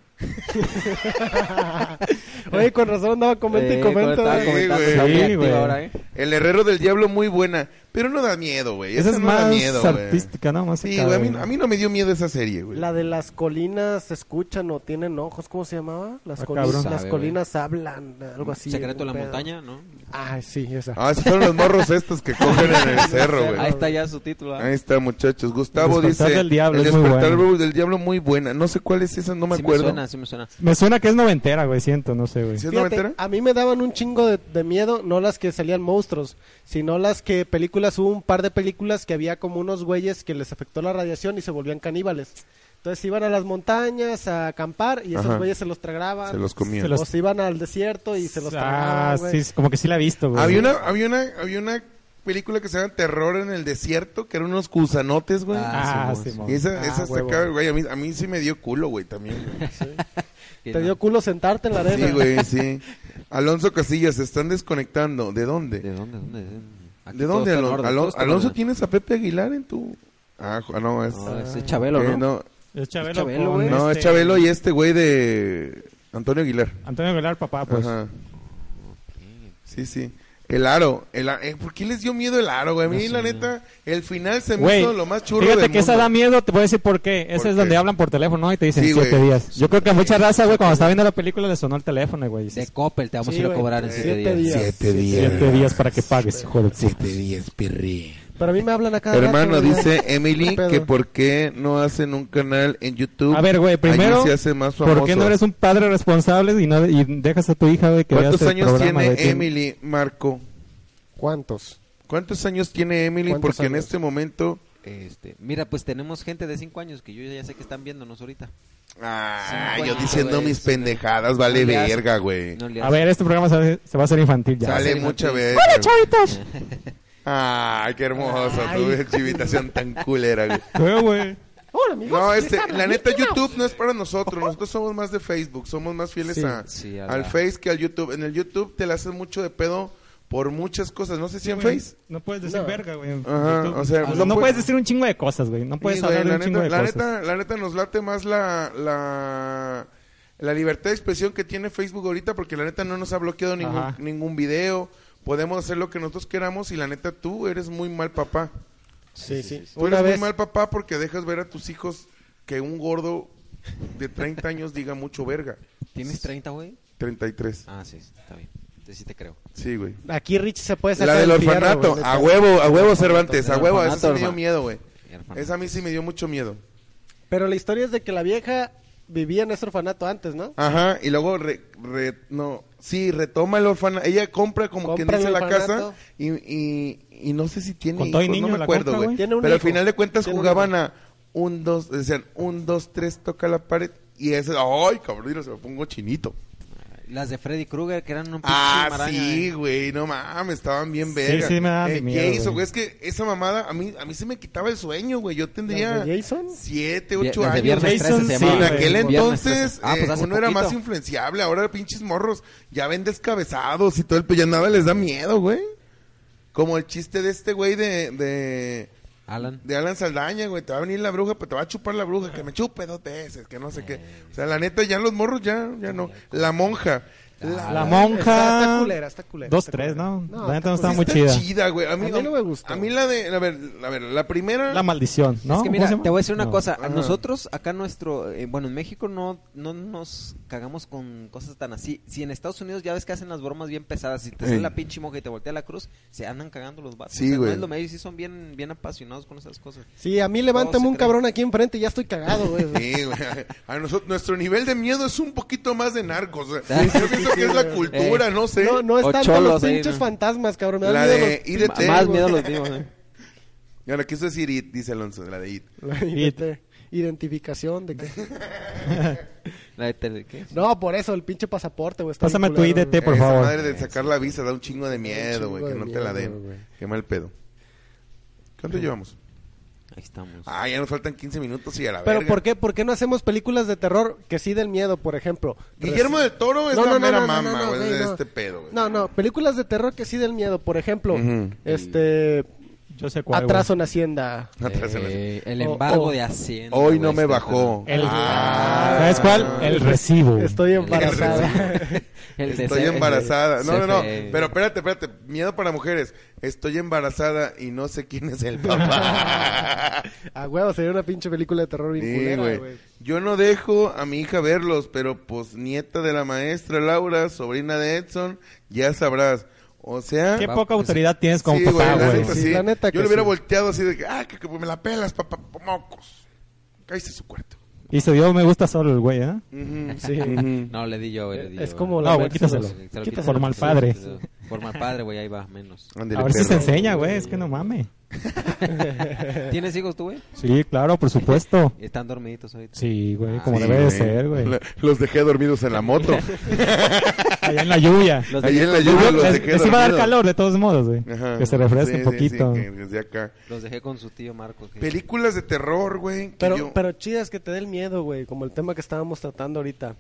Oye, con razón andaba comenta y Eh, comenta. estaba Sí, güey. comentando, güey. está muy Sí, activa güey. ahora, ¿eh? El herrero del diablo muy buena, pero no da miedo, güey. Esa es no más da miedo, güey. artística, ¿no? Más Sí, acá, güey, a güey. mí, a mí no me dio miedo esa serie, güey. La de las colinas se escuchan o tienen ojos, ¿cómo se llamaba? Las, Ah, coli- cabrón. las Sabe, colinas hablan, algo así. Secreto de la un pedo. montaña, ¿no? Ah, sí, esa. Ah, esos son los morros estos que cogen en el cerro, güey. Ahí está ya su título. ¿ah? Ahí está, muchachos. Gustavo El despertar dice... del diablo el es muy despertar bueno. del diablo muy buena. No sé cuál es esa, no me sí acuerdo. me suena, sí me suena. Me suena que es noventera, güey, siento, no sé, güey. ¿Sí es Fíjate, noventera? a mí me daban un chingo de, de miedo, no las que salían monstruos, sino las que películas, hubo un par de películas que había como unos güeyes que les afectó la radiación y se volvían caníbales. Entonces iban a las montañas a acampar y esos Ajá. güeyes se los tragaban. ah, Se los comía. Se los- O se iban al desierto y se los ah, tragaban, güey. sí, como que sí la he visto, güey. Había una, había una, había una película que se llama Terror en el Desierto, que eran unos gusanotes, güey. Ah, Ah, sí, y esa, ah, esa está huevo. acá, güey. A mí, a mí sí me dio culo, güey, también. güey. Que Te no. dio culo sentarte en la arena. Sí, güey, sí. Alonso Casillas, se están desconectando. ¿De dónde? ¿De dónde? ¿Dónde? Aquí ¿De todo dónde, está en Alon- orden, Alon- todo está en Alonso? orden. ¿Tienes a Pepe Aguilar en tu...? Ah, ju- ah, no, es... No, ese ¿qué? es Chabelo, no, ¿no? Es Chabelo, Chabelo, con güey. no, este- es Chabelo y este güey de Antonio Aguilar. Antonio Aguilar, papá, pues. Ajá. Sí, sí. El aro. El a- eh, ¿Por qué les dio miedo el aro, güey? A mí, la neta, el final se me Güey, hizo lo más chulo fíjate del que esa mundo. da miedo, te voy a decir por qué. Ese ¿Por es qué? donde hablan por teléfono ¿no? y te dicen Sí, güey. siete días. Yo creo que a mucha raza, güey, cuando estaba viendo la película le sonó el teléfono, güey. y De dices, Coppel, te vamos Sí, a ir a güey. cobrar en siete días. Siete Siete días para que pagues, hijo de puta. Pero a mí me hablan acá. Hermano, dice Emily ¿Qué pedo? que por qué no hacen un canal en YouTube. A ver, güey, primero, Allí se hace más famoso. ¿Por qué no eres un padre responsable y, no, y dejas a tu hija, güey, que vea ¿Cuántos este años programa, tiene güey? Emily, Marco? ¿Cuántos? ¿Cuántos años tiene Emily? ¿Cuántos Porque en años? este momento... Este, mira, pues tenemos gente de 5 años que yo ya sé que están viéndonos ahorita. Ah, Sí, yo güey, diciendo güey, mis sí, pendejadas, vale No le hace- verga, güey. No le A hace- ver, este programa se va a- se va a hacer infantil ya. Sale Sale infantil. mucha vez. chavitos! Ay, qué hermoso, tu chivitación tan culera, güey. Sí, güey. Hola, amigos. No, ¿les este, habla la neta, Mickey Mouse? YouTube no es para nosotros. Nosotros somos más de Facebook. Somos más fieles Sí, a, sí, a al la- Face que al YouTube. En el YouTube te la hacen mucho de pedo por muchas cosas. No sé si en güey, Face. No puedes decir No. verga, güey. en Ajá, YouTube. o sea, no, no puedes... puedes- decir un chingo de cosas, güey. No puedes Sí, güey, hablar de la un chingo neta, de la cosas. neta, la neta nos late más la, la, la libertad de expresión que tiene Facebook ahorita porque la neta no nos ha bloqueado ningún, Ajá. ningún video. Podemos hacer lo que nosotros queramos y la neta tú eres muy mal papá. Sí, sí. Tú Una eres vez. muy mal papá porque dejas ver a tus hijos que un gordo de 30 años diga mucho verga. ¿Tienes 30, güey? 33. Ah, sí, está bien. Entonces sí te creo. Sí, güey. Aquí Rich se puede sacar La del el fierro, orfanato. güey, neta. A huevo, a huevo, Cervantes. A El huevo. Eso sí orfanato, me dio hermano. miedo, güey. Hermano. Esa a mí sí me dio mucho miedo. Pero la historia es de que la vieja vivía en ese orfanato antes, ¿no? Ajá, y luego, re- re- no, sí, retoma el orfanato. Ella compra como Compra quien dice el la casa orfanato. y, y, y no sé si tiene Con todo y hijos, niño no me la acuerdo, compra, güey. güey. Tiene un Pero al hijo, final de cuentas tiene un jugaban a un, dos, decían, un, dos, tres, toca la pared y ese, ay, cabrón, se lo pongo chinito. Las de Freddy Krueger, que eran un pinche Ah, maraña, eh. sí, güey. güey, no mames, estaban bien Sí, verga. sí me daban Eh, miedo, ¿Qué hizo, güey? güey? Es que esa mamada, a mí, a mí se me quitaba el sueño, güey. Yo tendría ¿Las de Jason? siete, Vie- ocho las de años. Viernes güey. Jason, 13 se sí, llamaban, en güey. aquel Viernes entonces 13. Ah, pues eh, hace uno era poquito. más influenciable, ahora pinches morros ya ven descabezados y todo el pe- ya nada les da miedo, güey. Como el chiste de este güey de, de, Alan. de Alan Saldaña, güey, te va a venir la bruja, pero te va a chupar la bruja, que me chupe dos veces, que no sé qué. O sea, la neta, ya los morros ya, ya no. La monja. La Está, está monja. culera, está culera. Dos, está tres, culera. ¿no? La neta está no estaba culera. muy Está chida. güey. A mí, A mí no me gustó. A mí la de, a ver, a ver, la primera. La maldición, ¿no? Es que ¿Cómo se mira, llama? te voy a decir una No. cosa. Ajá. A nosotros, acá nuestro. eh, bueno, en México no, no nos cagamos con cosas tan así. Si en Estados Unidos ya ves que hacen las bromas bien pesadas, si te Ey. sale la pinche moja y te voltea la cruz, se andan cagando los vatos. Sí, O sea, no güey. es lo medio, sí son bien, bien apasionados con esas cosas. Sí, a mí levántame No, se un cree. cabrón aquí enfrente y ya estoy cagado, güey. Sí, güey. A nosotros, nuestro nivel de miedo es un poquito más de narcos. o sea, yo pienso que es la cultura, Eh, no sé. No, no O es tanto cholos los ahí, pinches ¿no? fantasmas, cabrón. Me dan la miedo de los... IDT. Más miedo los vivos, ¿eh? Y ahora quiso decir IT, dice Alonso, la de IT. La IDT, Identificación de que... La de tele- ¿qué? No, por eso, el pinche pasaporte, güey. está Pásame bien tu culero, IDT, güey. por Esa favor. madre de sacar la visa da un chingo de miedo, güey, chingo que de no te la miedo, den. güey. Qué mal pedo. ¿Cuánto llevamos? Ahí estamos. Ah, ya nos faltan 15 minutos y a la Pero verga. ¿por qué? ¿Por qué no hacemos películas de terror que sí del miedo, por ejemplo? Guillermo del Toro es No, la no, no, mera no, no, mama, no, güey, güey, de no. este pedo, güey. No, no, películas de terror que sí del miedo, por ejemplo, Ujú. este Yo sé cuál. güey. Atraso en Hacienda. Atrás de la- Eh, el O- embargo o- de Hacienda. Oh, Hoy güey, este no me está- bajó. El- Ah. ¿Sabes cuál? El recibo. güey. Estoy El de- embarazada. el de Estoy C- el de embarazada. No, no, no. CFE. Pero espérate, espérate. Miedo para mujeres. Estoy embarazada y no sé quién es el papá. A huevo, sería una pinche película de terror bien Sí, culera, güey. güey. Yo no dejo a mi hija verlos, pero pues nieta de la maestra Laura, sobrina de Edson, ya sabrás. O sea, Qué Va, poca pues, autoridad tienes como Ah, sí, güey, papá, la güey. neta, Sí, sí. la neta Yo que le hubiera sí. volteado así de que, ah, que, que me la pelas, papá, mocos. Cállese su cuarto. Y se dio me gusta solo el güey, ¿eh? Ujú. Sí. No, le di yo, güey, le di Es yo, como güey. la No, güey, versión- Se quítaselo. lo- se lo Quítaselo. quito, Formal se lo padre. quito. Formal padre, güey, ahí va, menos. Ándele, A ver si perro. se enseña, güey. Es que no mames. ¿Tienes hijos tú, güey? Sí, claro, por supuesto. Están dormiditos ahorita. Sí, güey, Ah, como Sí, debe de ser, güey. La- Los dejé dormidos en la moto. Allá en la lluvia. Los Ahí dejé, en la Yo lluvia creo los que les, dejé les iba a dar dormidos. calor de todos modos, güey. Ajá. Que se refresque Sí, un sí, poquito. sí, que desde acá. los dejé con su tío Marcos. que- Películas de terror, güey. que Pero, yo- pero chidas que te dé el miedo, güey, como el tema que estábamos tratando ahorita.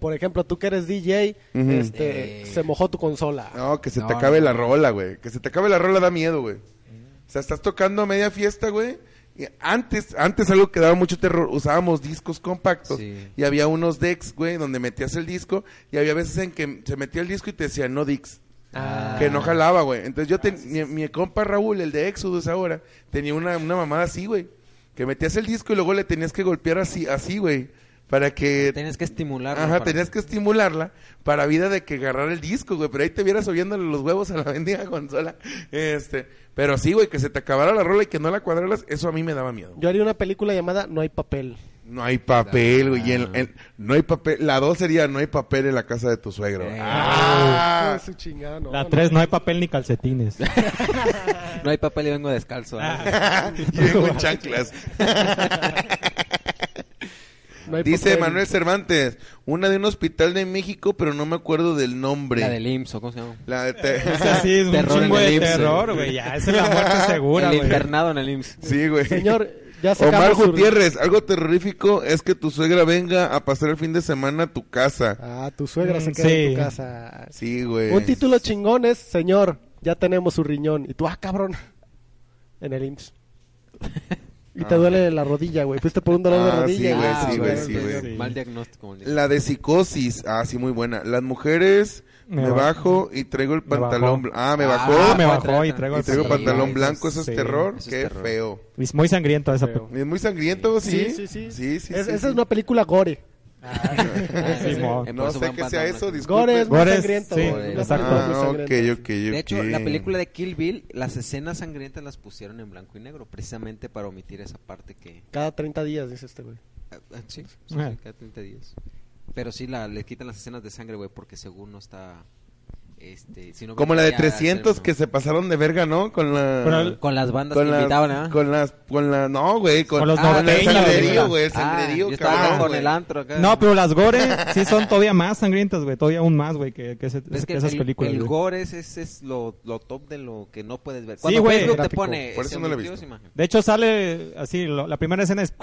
Por ejemplo, tú que eres DJ, Ujú. Ah. este, Eh. se mojó tu consola. No, que se te No, acabe no. Mm. la rola, güey. Que se te acabe la rola da miedo, güey. O sea, estás tocando a media fiesta, güey. Y Antes, antes algo que daba mucho terror, usábamos discos compactos Sí. y había unos decks, güey, donde metías el disco y había veces en que se metía el disco y te decía no dicks, Ah. que no jalaba, güey. Entonces yo, ten- mi, mi compa Raúl, el de Exodus ahora, tenía una, una mamada así, güey, que metías el disco y luego le tenías que golpear así, así, güey, para que Tenías que estimularlo. Ajá, para- tenías que estimularla para vida de que agarrar el disco, güey. Pero ahí te vieras oyéndole los huevos a la bendiga consola. Este, pero sí, güey, que se te acabara la rola y que no la cuadraras, eso a mí me daba miedo. Yo haría una película llamada No hay papel. No hay papel, güey. y en- en- no hay papel. La dos sería no hay papel en la casa de tu suegro. Eh. Ah, Hijo de su chingada, no, La no. 3, no hay papel ni calcetines. No hay papel y vengo descalzo. ¿eh? Ah, y vengo en chanclas. No hay Dice papel. Manuel Cervantes, una de un hospital de México, pero no me acuerdo del nombre. La del IMSS, ¿o ¿cómo se llama? La de te- Es así, es un Terror en chingo el de Ibsen. terror, güey. Ya, esa es la muerte segura, el güey. internado en el IMSS. Sí, güey. Señor, ya Omar sacamos su- Gutiérrez, algo terrorífico es que tu suegra venga a pasar el fin de semana a tu casa. Ah, tu suegra se Mm, queda en sí. tu casa. Sí, güey. Un título chingón es, señor, ya tenemos su riñón. Y tú, ah, cabrón. En el IMSS. Y te duele la rodilla, güey. Fuiste por un dolor Ah, de rodilla. sí, güey, Ah, sí, güey, bueno, sí, pues, güey. Sí. Mal diagnóstico. como le dicen. La de psicosis. Ah, sí, muy buena. Las mujeres me, Me bajo, y traigo el Me pantalón. bajó. bla- Ah, me bajó. Ah, me y bajó y traigo el traigo el Sí, pantalón güey, blanco. Eso es sí, terror. eso es Qué terror. feo. Es muy sangriento esa. Feo. Es muy sangriento, sí. Sí, sí, sí. Sí, sí, Es- sí, esa sí. es una película gore. Ah, sí, sí, por mo. No eso sé van qué sea pantalón, eso, güey. Gore disculpe. es muy Gore es- sangriento. sí, una película exacto. muy Ah, ok, sangrienta. ok, ok. De hecho, la película de Kill Bill, las escenas sangrientas las pusieron en blanco y negro, precisamente para omitir esa parte que... Cada 30 días, dice este güey. Ah, ah, Sí, sí, sí, Ah. cada 30 días. Pero sí, la, le quitan las escenas de sangre, güey, porque según no está... Este, si no Como la de ya era 300 que término. se pasaron de verga, ¿no? Con la... Con el- Con las bandas con que invitaban, ¿ah? las, con las, con la, no, güey, con, Con los ah, el norteños, sangrerío, güey. güey, el Ah, sangrerío, yo estaba cabrón, con güey. el antro acá. No, pero las gore sí son todavía más sangrientas, güey. Todavía aún más, güey, que, que ese- Es que que esas el, películas. el güey. gore es, es, es lo, lo top de lo que no puedes ver. Sí, Cuando güey. Facebook te Gráfico. pone... Por se eso no lo he omitió visto. esa imagen. De hecho, sale así, lo- la primera escena es...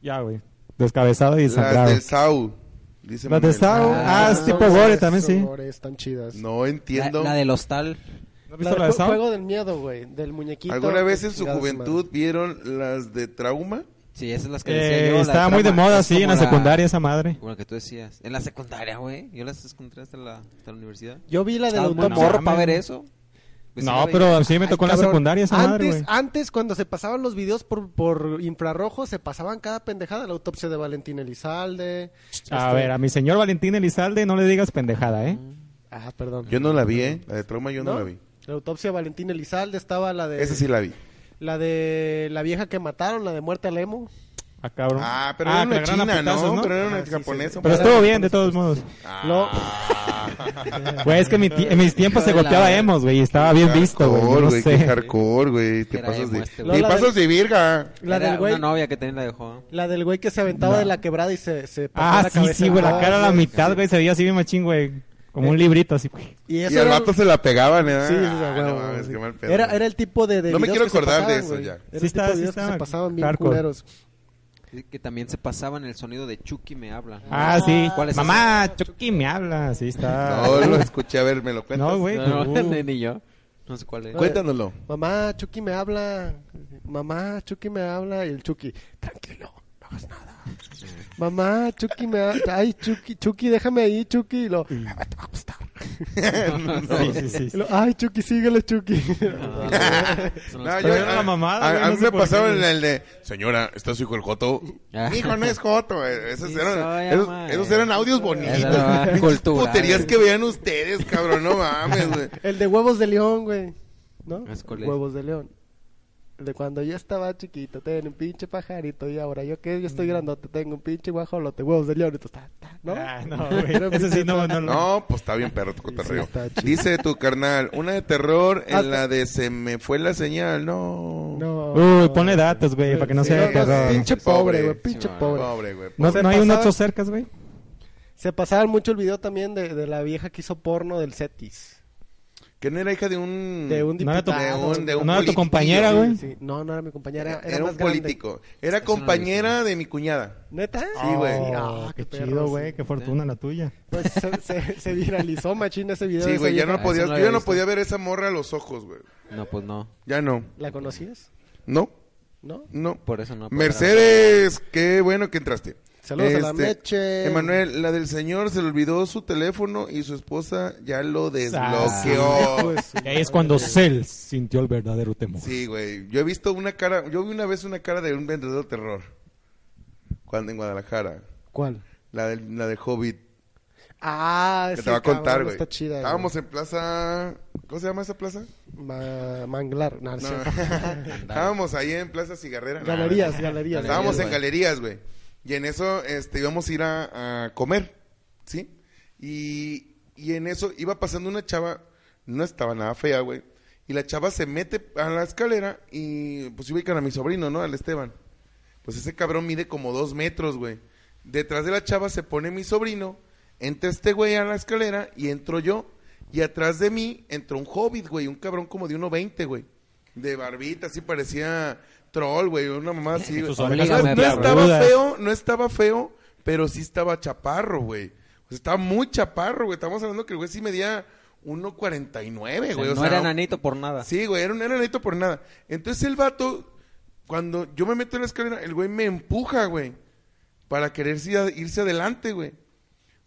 Ya, güey. Descabezado y Las sangrado. del SAU, dice Las de Manuel. Sao. Ah, Ah, es no, tipo no, gore no, también, son sí. Gore, están chidas. No La, entiendo. la del hostal. ¿No has La visto la de del jue- Sao? juego del miedo, güey. Del muñequito. ¿Alguna vez en su Chingada madre. juventud vieron las de trauma? Sí, esas las que decía Eh, yo. la estaba muy de trama. moda, Es sí, en como la secundaria esa madre. Como la que tú decías. En la secundaria, güey. Yo las encontré hasta la, hasta la universidad. Ah, Yo vi la del Estaba muy autómata. morro mames. para ver eso. Pues No, sí la veía. pero sí me tocó en la Cabrón, secundaria esa antes, madre, güey. Antes, cuando se pasaban los videos por, por infrarrojo, se pasaban cada pendejada. La autopsia de Valentín Elizalde. A este- ver, a mi señor Valentín Elizalde no le digas pendejada, ¿eh? Ah, perdón. Yo no la vi, ¿eh? La de trauma yo no, ¿No? la vi. La autopsia de Valentín Elizalde estaba la de... Esa sí la vi. La de la vieja que mataron, la de muerte al emo. Ah, cabrón. Ah, pero Ah, que era una agarran a china, putazos, ¿no? Pero era una Ah, sí, japonesa. sí. Pero estuvo bien, de todos modos. Ah. Güey, es que mi tie- en mis tiempos se Hijo de la golpeaba verga. emos, güey, y estaba bien visto, güey. yo Hardcore, No güey, qué sé. hardcore, güey. Te Era pasas emo de... este, güey. Te No, la pasas de virga. La Era del güey, Una novia que también la dejó. la del güey que se aventaba de la quebrada y se se partió Ah, la sí, cabeza. sí, güey, la Ah, cara a la güey. mitad, güey, se veía así bien machín, güey. Como un librito así, güey. Y Y eso al era- vato se la pegaban, ¿eh? Sí, sí, sí, Ah, güey, no güey, mames, sí. qué mal pedo. Era, era el tipo de, de No me videos quiero que se acordar de pasaban, eso güey. ya. Era Sí el tipo está- de sí videos que se está pasaban bien hardcore. culeros. ¿eh? Que también se pasaban el sonido de Chucky me habla. Ah, sí. ¿Cuál es Mamá, Chucky me habla. Sí, está. No lo escuché, a ver, ¿me lo cuentas? Eh, No, güey. esa? No, no, Uh. ni yo. No sé cuál es. Cuéntanoslo. Mamá, Chucky me habla. Mamá, Chucky me habla. Y el Chucky, tranquilo, no hagas nada. Mamá, Chucky me habla. Ay, Chucky, Chucky, déjame ahí, Chucky. Y lo, "Ah, te va a gustar. Sí, sí, sí. Y lo, Ay, Chucky, síguele, Chucky. Ah, No, ah, Pero era una mamada, a- güey, a no mí sé me por pasaron qué. el de, señora, ¿está su hijo el Joto? Ah. Mi hijo no es Joto. güey. Esos, Sí, eran, soy, esos, ama, esos eh. eran audios bonitos. Esa era Pinches cultura, Puterías eh. que veían ustedes, cabrón, no mames, güey. Ah, el de huevos de león, güey. ¿No? Es cuál es. Huevos de león. De cuando yo estaba chiquito, tenía un pinche pajarito y ahora yo que yo Mm. estoy grandote, tengo un pinche guajolote, huevos de león y tú, ta, ta, ¿no? Ah, no, güey. Era un Ese sí, pinche no, pa- no, lo- No, pues está bien perro tu cotorreo. está chido. Dice tu carnal, una de terror Ah, en la de se me fue la señal, no. No. Uy, ponle datos, güey, para que no Sí, sea no, de terror. sí. Pinche pobre, güey, pinche Simón. pobre. Pobre, güey. ¿No, se no hay un pasaba- ocho cercas, güey? Se pasaban mucho el video también de, de la vieja que hizo porno del Cetis. ¿Quién era hija de un... De un No era tu- diputado. de un- de un No era tu politiquillo, compañera, sí, güey. Sí, No, no era mi compañera. Era, Era, un más grande. político. Era compañera de mi cuñada. ¿Neta? Sí, güey. ah, qué, perro, chido, sí. güey. Qué fortuna la tuya. Pues se, se- se viralizó machín ese video. de Sí, esa güey, ya vieja. no podía, Eso Ah, yo no ya había no visto. podía ver esa morra a los ojos, güey. No, pues no. Ya no. ¿La conocías? No, ¿No? no. Por eso no. pues, podrá- Mercedes, qué bueno que entraste. Este, Saludos a la Meche. Emanuel, la del señor se le olvidó su teléfono y su esposa ya lo Ah, desbloqueó. Pues, Y ahí es cuando Cell sintió el verdadero temor. Sí, güey. Yo he visto una cara, yo vi una vez una cara de un vendedor de terror. Cuando en Guadalajara, ¿Cuál? la del, la del Hobbit. Ah, Que ese te va a contar, cabrón güey. Está chida. Estábamos en plaza. ¿Cómo se llama esa plaza? güey. Ma- Manglar. No, no es No. cierto. Estábamos ahí en Plaza Cigarrera. No, Galerías, galerías. Estábamos en güey. galerías, güey. Y en eso este, íbamos a ir a, a comer, ¿sí? Y, y en eso iba pasando una chava, no estaba nada fea, güey. Y la chava se mete a la escalera y pues ubican a mi sobrino, ¿no? Al Esteban. Pues ese cabrón mide como dos metros, güey. Detrás de la chava se pone mi sobrino, entra este güey a la escalera y entro yo. Y atrás de mí entró un hobbit, güey, un cabrón como de 1.20, güey. De barbita, así parecía troll, güey, una mamá así, güey. Sus No, orejas no perrudas. estaba feo, no estaba feo, pero sí estaba chaparro, güey. O sea, estaba muy chaparro, güey. Estamos hablando que el güey sí medía 1.49, O sea, güey. O no sea, era nanito por nada. Sí, güey, era un enanito por nada. Entonces el vato, cuando yo me meto en la escalera, el güey me empuja, güey, para querer si- irse adelante, güey.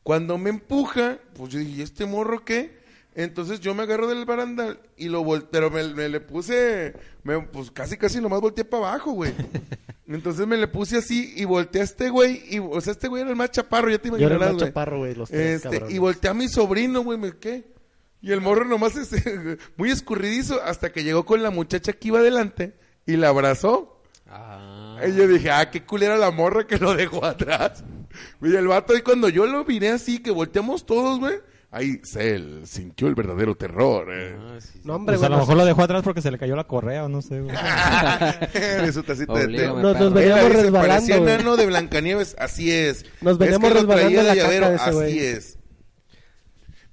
Cuando me empuja, pues yo dije, ¿y este morro qué? Entonces yo me agarro del barandal y lo volteo, pero me, me le puse, me- pues casi casi nomás volteé para abajo, güey. Entonces me le puse así y volteé a este güey, y, o sea, este güey era el más chaparro, ya te Yo era el imaginarás, más güey. chaparro, güey, los tres, Este, cabrones. y volteé a mi sobrino, güey, me qué. Y el morro nomás es eh, muy escurridizo hasta que llegó con la muchacha que iba adelante y la abrazó. Ah. Y yo dije, ah, qué culera la morra que lo dejó atrás. Y el vato, y cuando yo lo miré así, que volteamos todos, güey, ahí Cell sintió el verdadero terror. eh. Ah, sí, sí. No, hombre, Pues a güey. lo mejor lo dejó atrás porque se le cayó la correa o no sé, güey. Ah. De su tacita de té. Oblígame, nos, nos Él perro. la veníamos dice, resbalando, Parecía güey. enano de Blancanieves, así es. Nos Es que veníamos lo resbalando traía en la de caca llavero, de ese Así güey. es.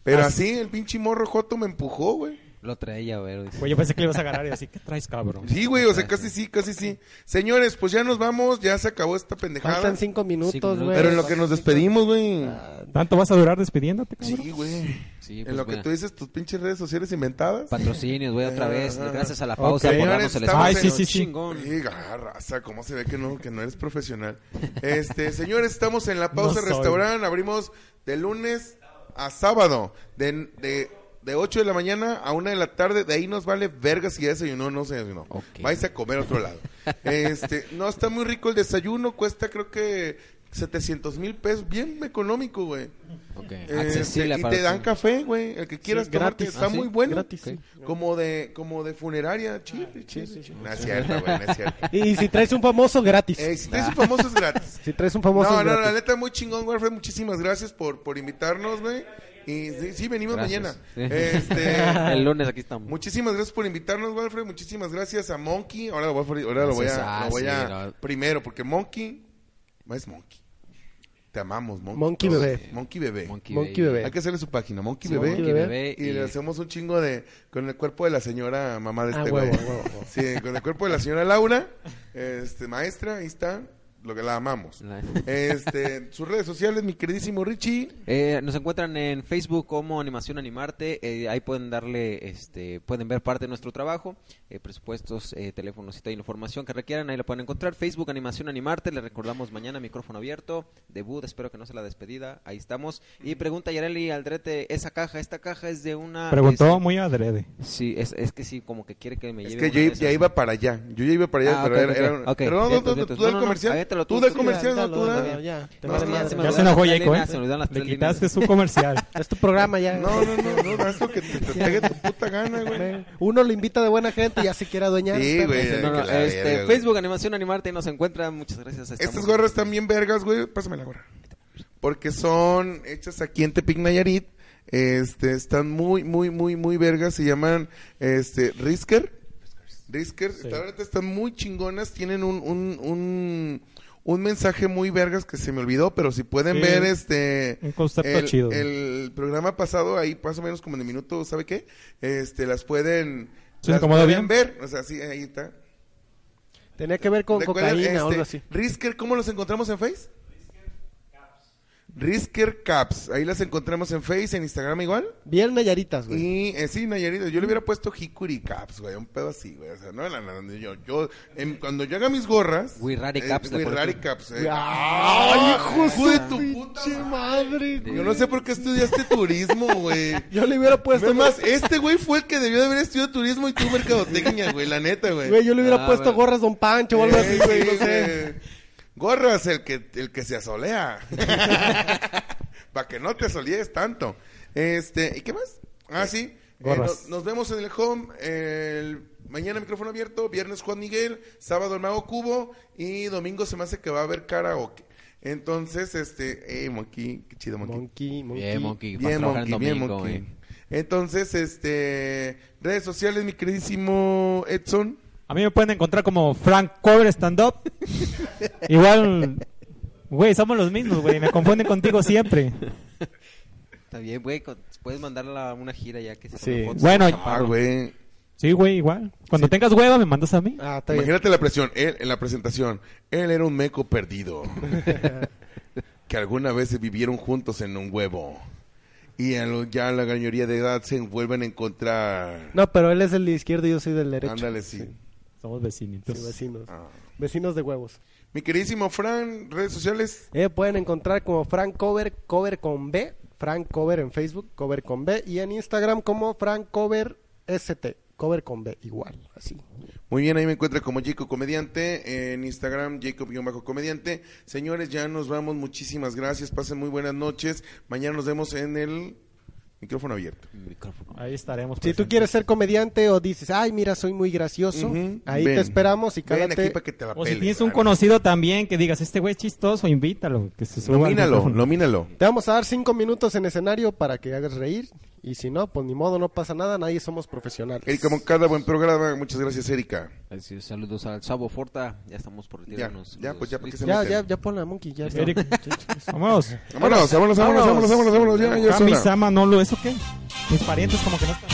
Pero así, el pinche morro Joto me empujó, güey. Lo traía, güey. dice. Güey, yo pensé que le ibas a agarrar y así, ¿qué traes, cabrón? Sí, güey, o sea, casi sí, casi sí. Señores, pues ya nos vamos, ya se acabó esta pendejada. Faltan cinco minutos, minutos. güey. Pero en lo que nos despedimos, güey. ¿Tanto vas a durar despidiéndote, cabrón? Sí, güey. Sí, Ah, en pues, lo que mira. tú dices tus pinches redes sociales inventadas. Patrocinios, güey, otra vez. Eh, Ajá. Gracias a la pausa Ok. por darnos el Señores, estamos Ay, espacio. sí, sí, sí. Chingón. Oiga, raza, cómo se ve que no, que no eres profesional. Este, señores, estamos en la pausa No soy. restaurante, abrimos de lunes a sábado, de, de, de 8 de la mañana a 1 de la tarde, de ahí nos vale verga si ya desayunó o no se desayunó. Ok. Vais a comer a otro lado. Este, no, está muy rico el desayuno, cuesta creo que 700 mil pesos, bien económico, güey. Ok. Este, Accesible y para te dan ti. café, güey, el que quieras Sí, tomarte, gratis. está ¿Ah, sí? muy bueno. Gratis, sí. Ah, Como de, como de funeraria, chido, chido. No es cierto, güey, no es cierto. Y, y si traes un famoso, gratis. Eh, si traes un famoso es gratis. si traes un famoso, no, es no, gratis. la neta, muy chingón, Warfred. Muchísimas gracias por, por invitarnos, güey. Y sí, sí, venimos Gracias. mañana. Sí. Este, El lunes aquí estamos. muchísimas gracias por invitarnos, Warfred. Muchísimas gracias a Monkey. Ahora lo voy a, ahora lo voy Gracias. a, Ah, lo voy sí, a- no. primero, porque Monkey no es Monkey. Te amamos, Monkey. Monkey Todos. bebé. Monkey Bebé. Monkey Bebé. Hay que hacerle su página, Monkey Sí, Bebé. Monkey Monkey Bebé. Y le hacemos un chingo de. Con el cuerpo de la señora mamá de Ah, este güey. huevo, huevo, huevo. Sí, con el cuerpo de la señora Laura, este, maestra, ahí está. Lo que la amamos. La- Este, sus redes sociales, mi queridísimo Richie. Eh, nos encuentran en Facebook como Animación Animarte, eh, ahí pueden darle, este, pueden ver parte de nuestro trabajo, eh, presupuestos, eh, teléfonos y toda información que requieran, ahí la pueden encontrar. Facebook Animación Animarte, le recordamos mañana micrófono abierto, debut, espero que no sea la despedida, ahí estamos. Y pregunta Yareli Aldrete, esa caja, esta caja es de una... Preguntó este, muy adrede. sí, es, es que sí, como que quiere que me Es lleve que una yo de ya esas. iba para allá. Yo ya iba para allá, Ah, pero ok, era, ok, era- ok. Pero no, no, Vientos, no, vientos. tú da el No, no, no, comercial. aviéntate quítatelo Tú tú. de tú. comer- Ya, comercial, no, dalo, tú, dalo, dale. Ya, te No, vale ya madre. se me Ya olvidó. se enojó Jaco, Dale, ¿eh? se me olvidaron las Le tres quitaste su comercial. Es tu programa ya. No, no, no, no, haz lo que te, te pegue tu puta gana, güey. Ven, Uno lo invita de buena gente y ya se quiere adueñar. Sí, Está- güey. No, no, que la este, verga, güey. Facebook Animación Animarte nos encuentra. Muchas gracias. Estas estamos- gorras están bien vergas, güey. Pásame la gorra. Porque son hechas aquí en Tepic Nayarit. Este, están muy, muy, muy, muy vergas. Se llaman, este, Risker. Risker. La verdad están muy chingonas. Tienen un, un, un, un mensaje muy vergas que se me olvidó. Pero si pueden Sí. ver, este... Un concepto el, chido. El programa pasado, ahí más o menos como en el minuto, ¿sabe qué? Este, las pueden... Sí, las acomodó bien. pueden ver. O sea, sí, ahí está. Tenía que ver con Recuerden, cocaína o algo este, así. Risker, ¿cómo los encontramos en Face? Risker Caps. Ahí las encontramos en Face, en Instagram igual. Bien Nayaritas, güey. Y eh, sí, Nayarita, yo le hubiera puesto Hikuri Caps, güey, un pedo así, güey. O sea, no, la- la- la- yo, yo, en- cuando yo haga mis gorras. Wirrari eh, Caps, le Wirrari pones. Caps, eh. ¡Ay, hijo Ah, hijo de de tu puta pinche madre! güey. Yo no sé por qué estudiaste turismo, güey. Yo le hubiera puesto Es más, este güey fue el que debió de haber estudiado turismo y tú mercadotecnia, güey, la neta, güey. Güey, yo le hubiera Ah, puesto bueno. gorras Don Pancho o algo así, Eh, güey. sí, No sé. güey. Gorras el que, el que se asolea. Para que no te asolees tanto. Este, ¿y qué más? Ah, sí. Eh, Gorras. no- nos vemos en el home. el- mañana micrófono abierto. Viernes Juan Miguel. Sábado el Mago Cubo. Y domingo se me hace que va a haber karaoke. Entonces, este. Eh, Monkey. Qué chido, Monkey, Monkey. monkey. Bien, Monkey. vas a Bien, trabajar en Monkey, bien, domingo, Monkey. güey. Entonces, este. Redes sociales, mi queridísimo Edson. A mí me pueden encontrar como Frank Cover Stand Up. Igual, güey, somos los mismos, güey. Me confunden contigo siempre. Está bien, güey. con- Puedes mandarla a una gira ya que se Sí. tome fotos. Bueno, Ah, güey. Sí, güey, igual. Cuando tengas hueva, me mandas a mí. Ah, está bien. Imagínate la presión. Él, en la presentación, él era un meco perdido. que alguna vez vivieron juntos en un huevo. Y a lo- ya a la mayoría de edad se vuelven a encontrar. No, pero él es el izquierdo y yo soy del derecho. Ándale, sí. Somos vecinitos. Sí, vecinos. Ah. Vecinos de huevos. Mi queridísimo Fran, redes sociales. Eh, pueden encontrar como Frank Cover, Cover con B. Frank Cover en Facebook, Cover con B. Y en Instagram como Frank Cover ST. Cover con B, igual, así. Muy bien, ahí me encuentra como Jacob Comediante. En Instagram, Jacob-Comediante. Señores, ya nos vamos. Muchísimas gracias. Pasen muy buenas noches. Mañana nos vemos en el micrófono abierto. Micrófono. Ahí estaremos. Si tú presentes. quieres ser comediante o dices, ay, mira, soy muy gracioso, Ujú. ahí Ven. te esperamos y Ven cálate. aquí para que te la O si peles, tienes un Fran. conocido también que digas, este güey es chistoso, invítalo. Que se suba al Nomínalo, micrófono. nomínalo. Te vamos a dar cinco minutos en escenario para que hagas reír. Y si no, pues ni modo, no pasa nada, nadie somos profesionales. Erika Moncada, buen programa. Muchas gracias, Erika. Así es, saludos al Sabo Forta. Ya estamos por retirarnos. Ya, ya, pues ya, porque se Listo. ya, meten. ya, ya pon la monkey, ya. está. Eric, Vámonos. Vámonos, vámonos, vámonos, vámonos, vámonos, vámonos, ya, ya es Kami hora. Sama, no lo, ¿eso qué? Mis parientes como que no están.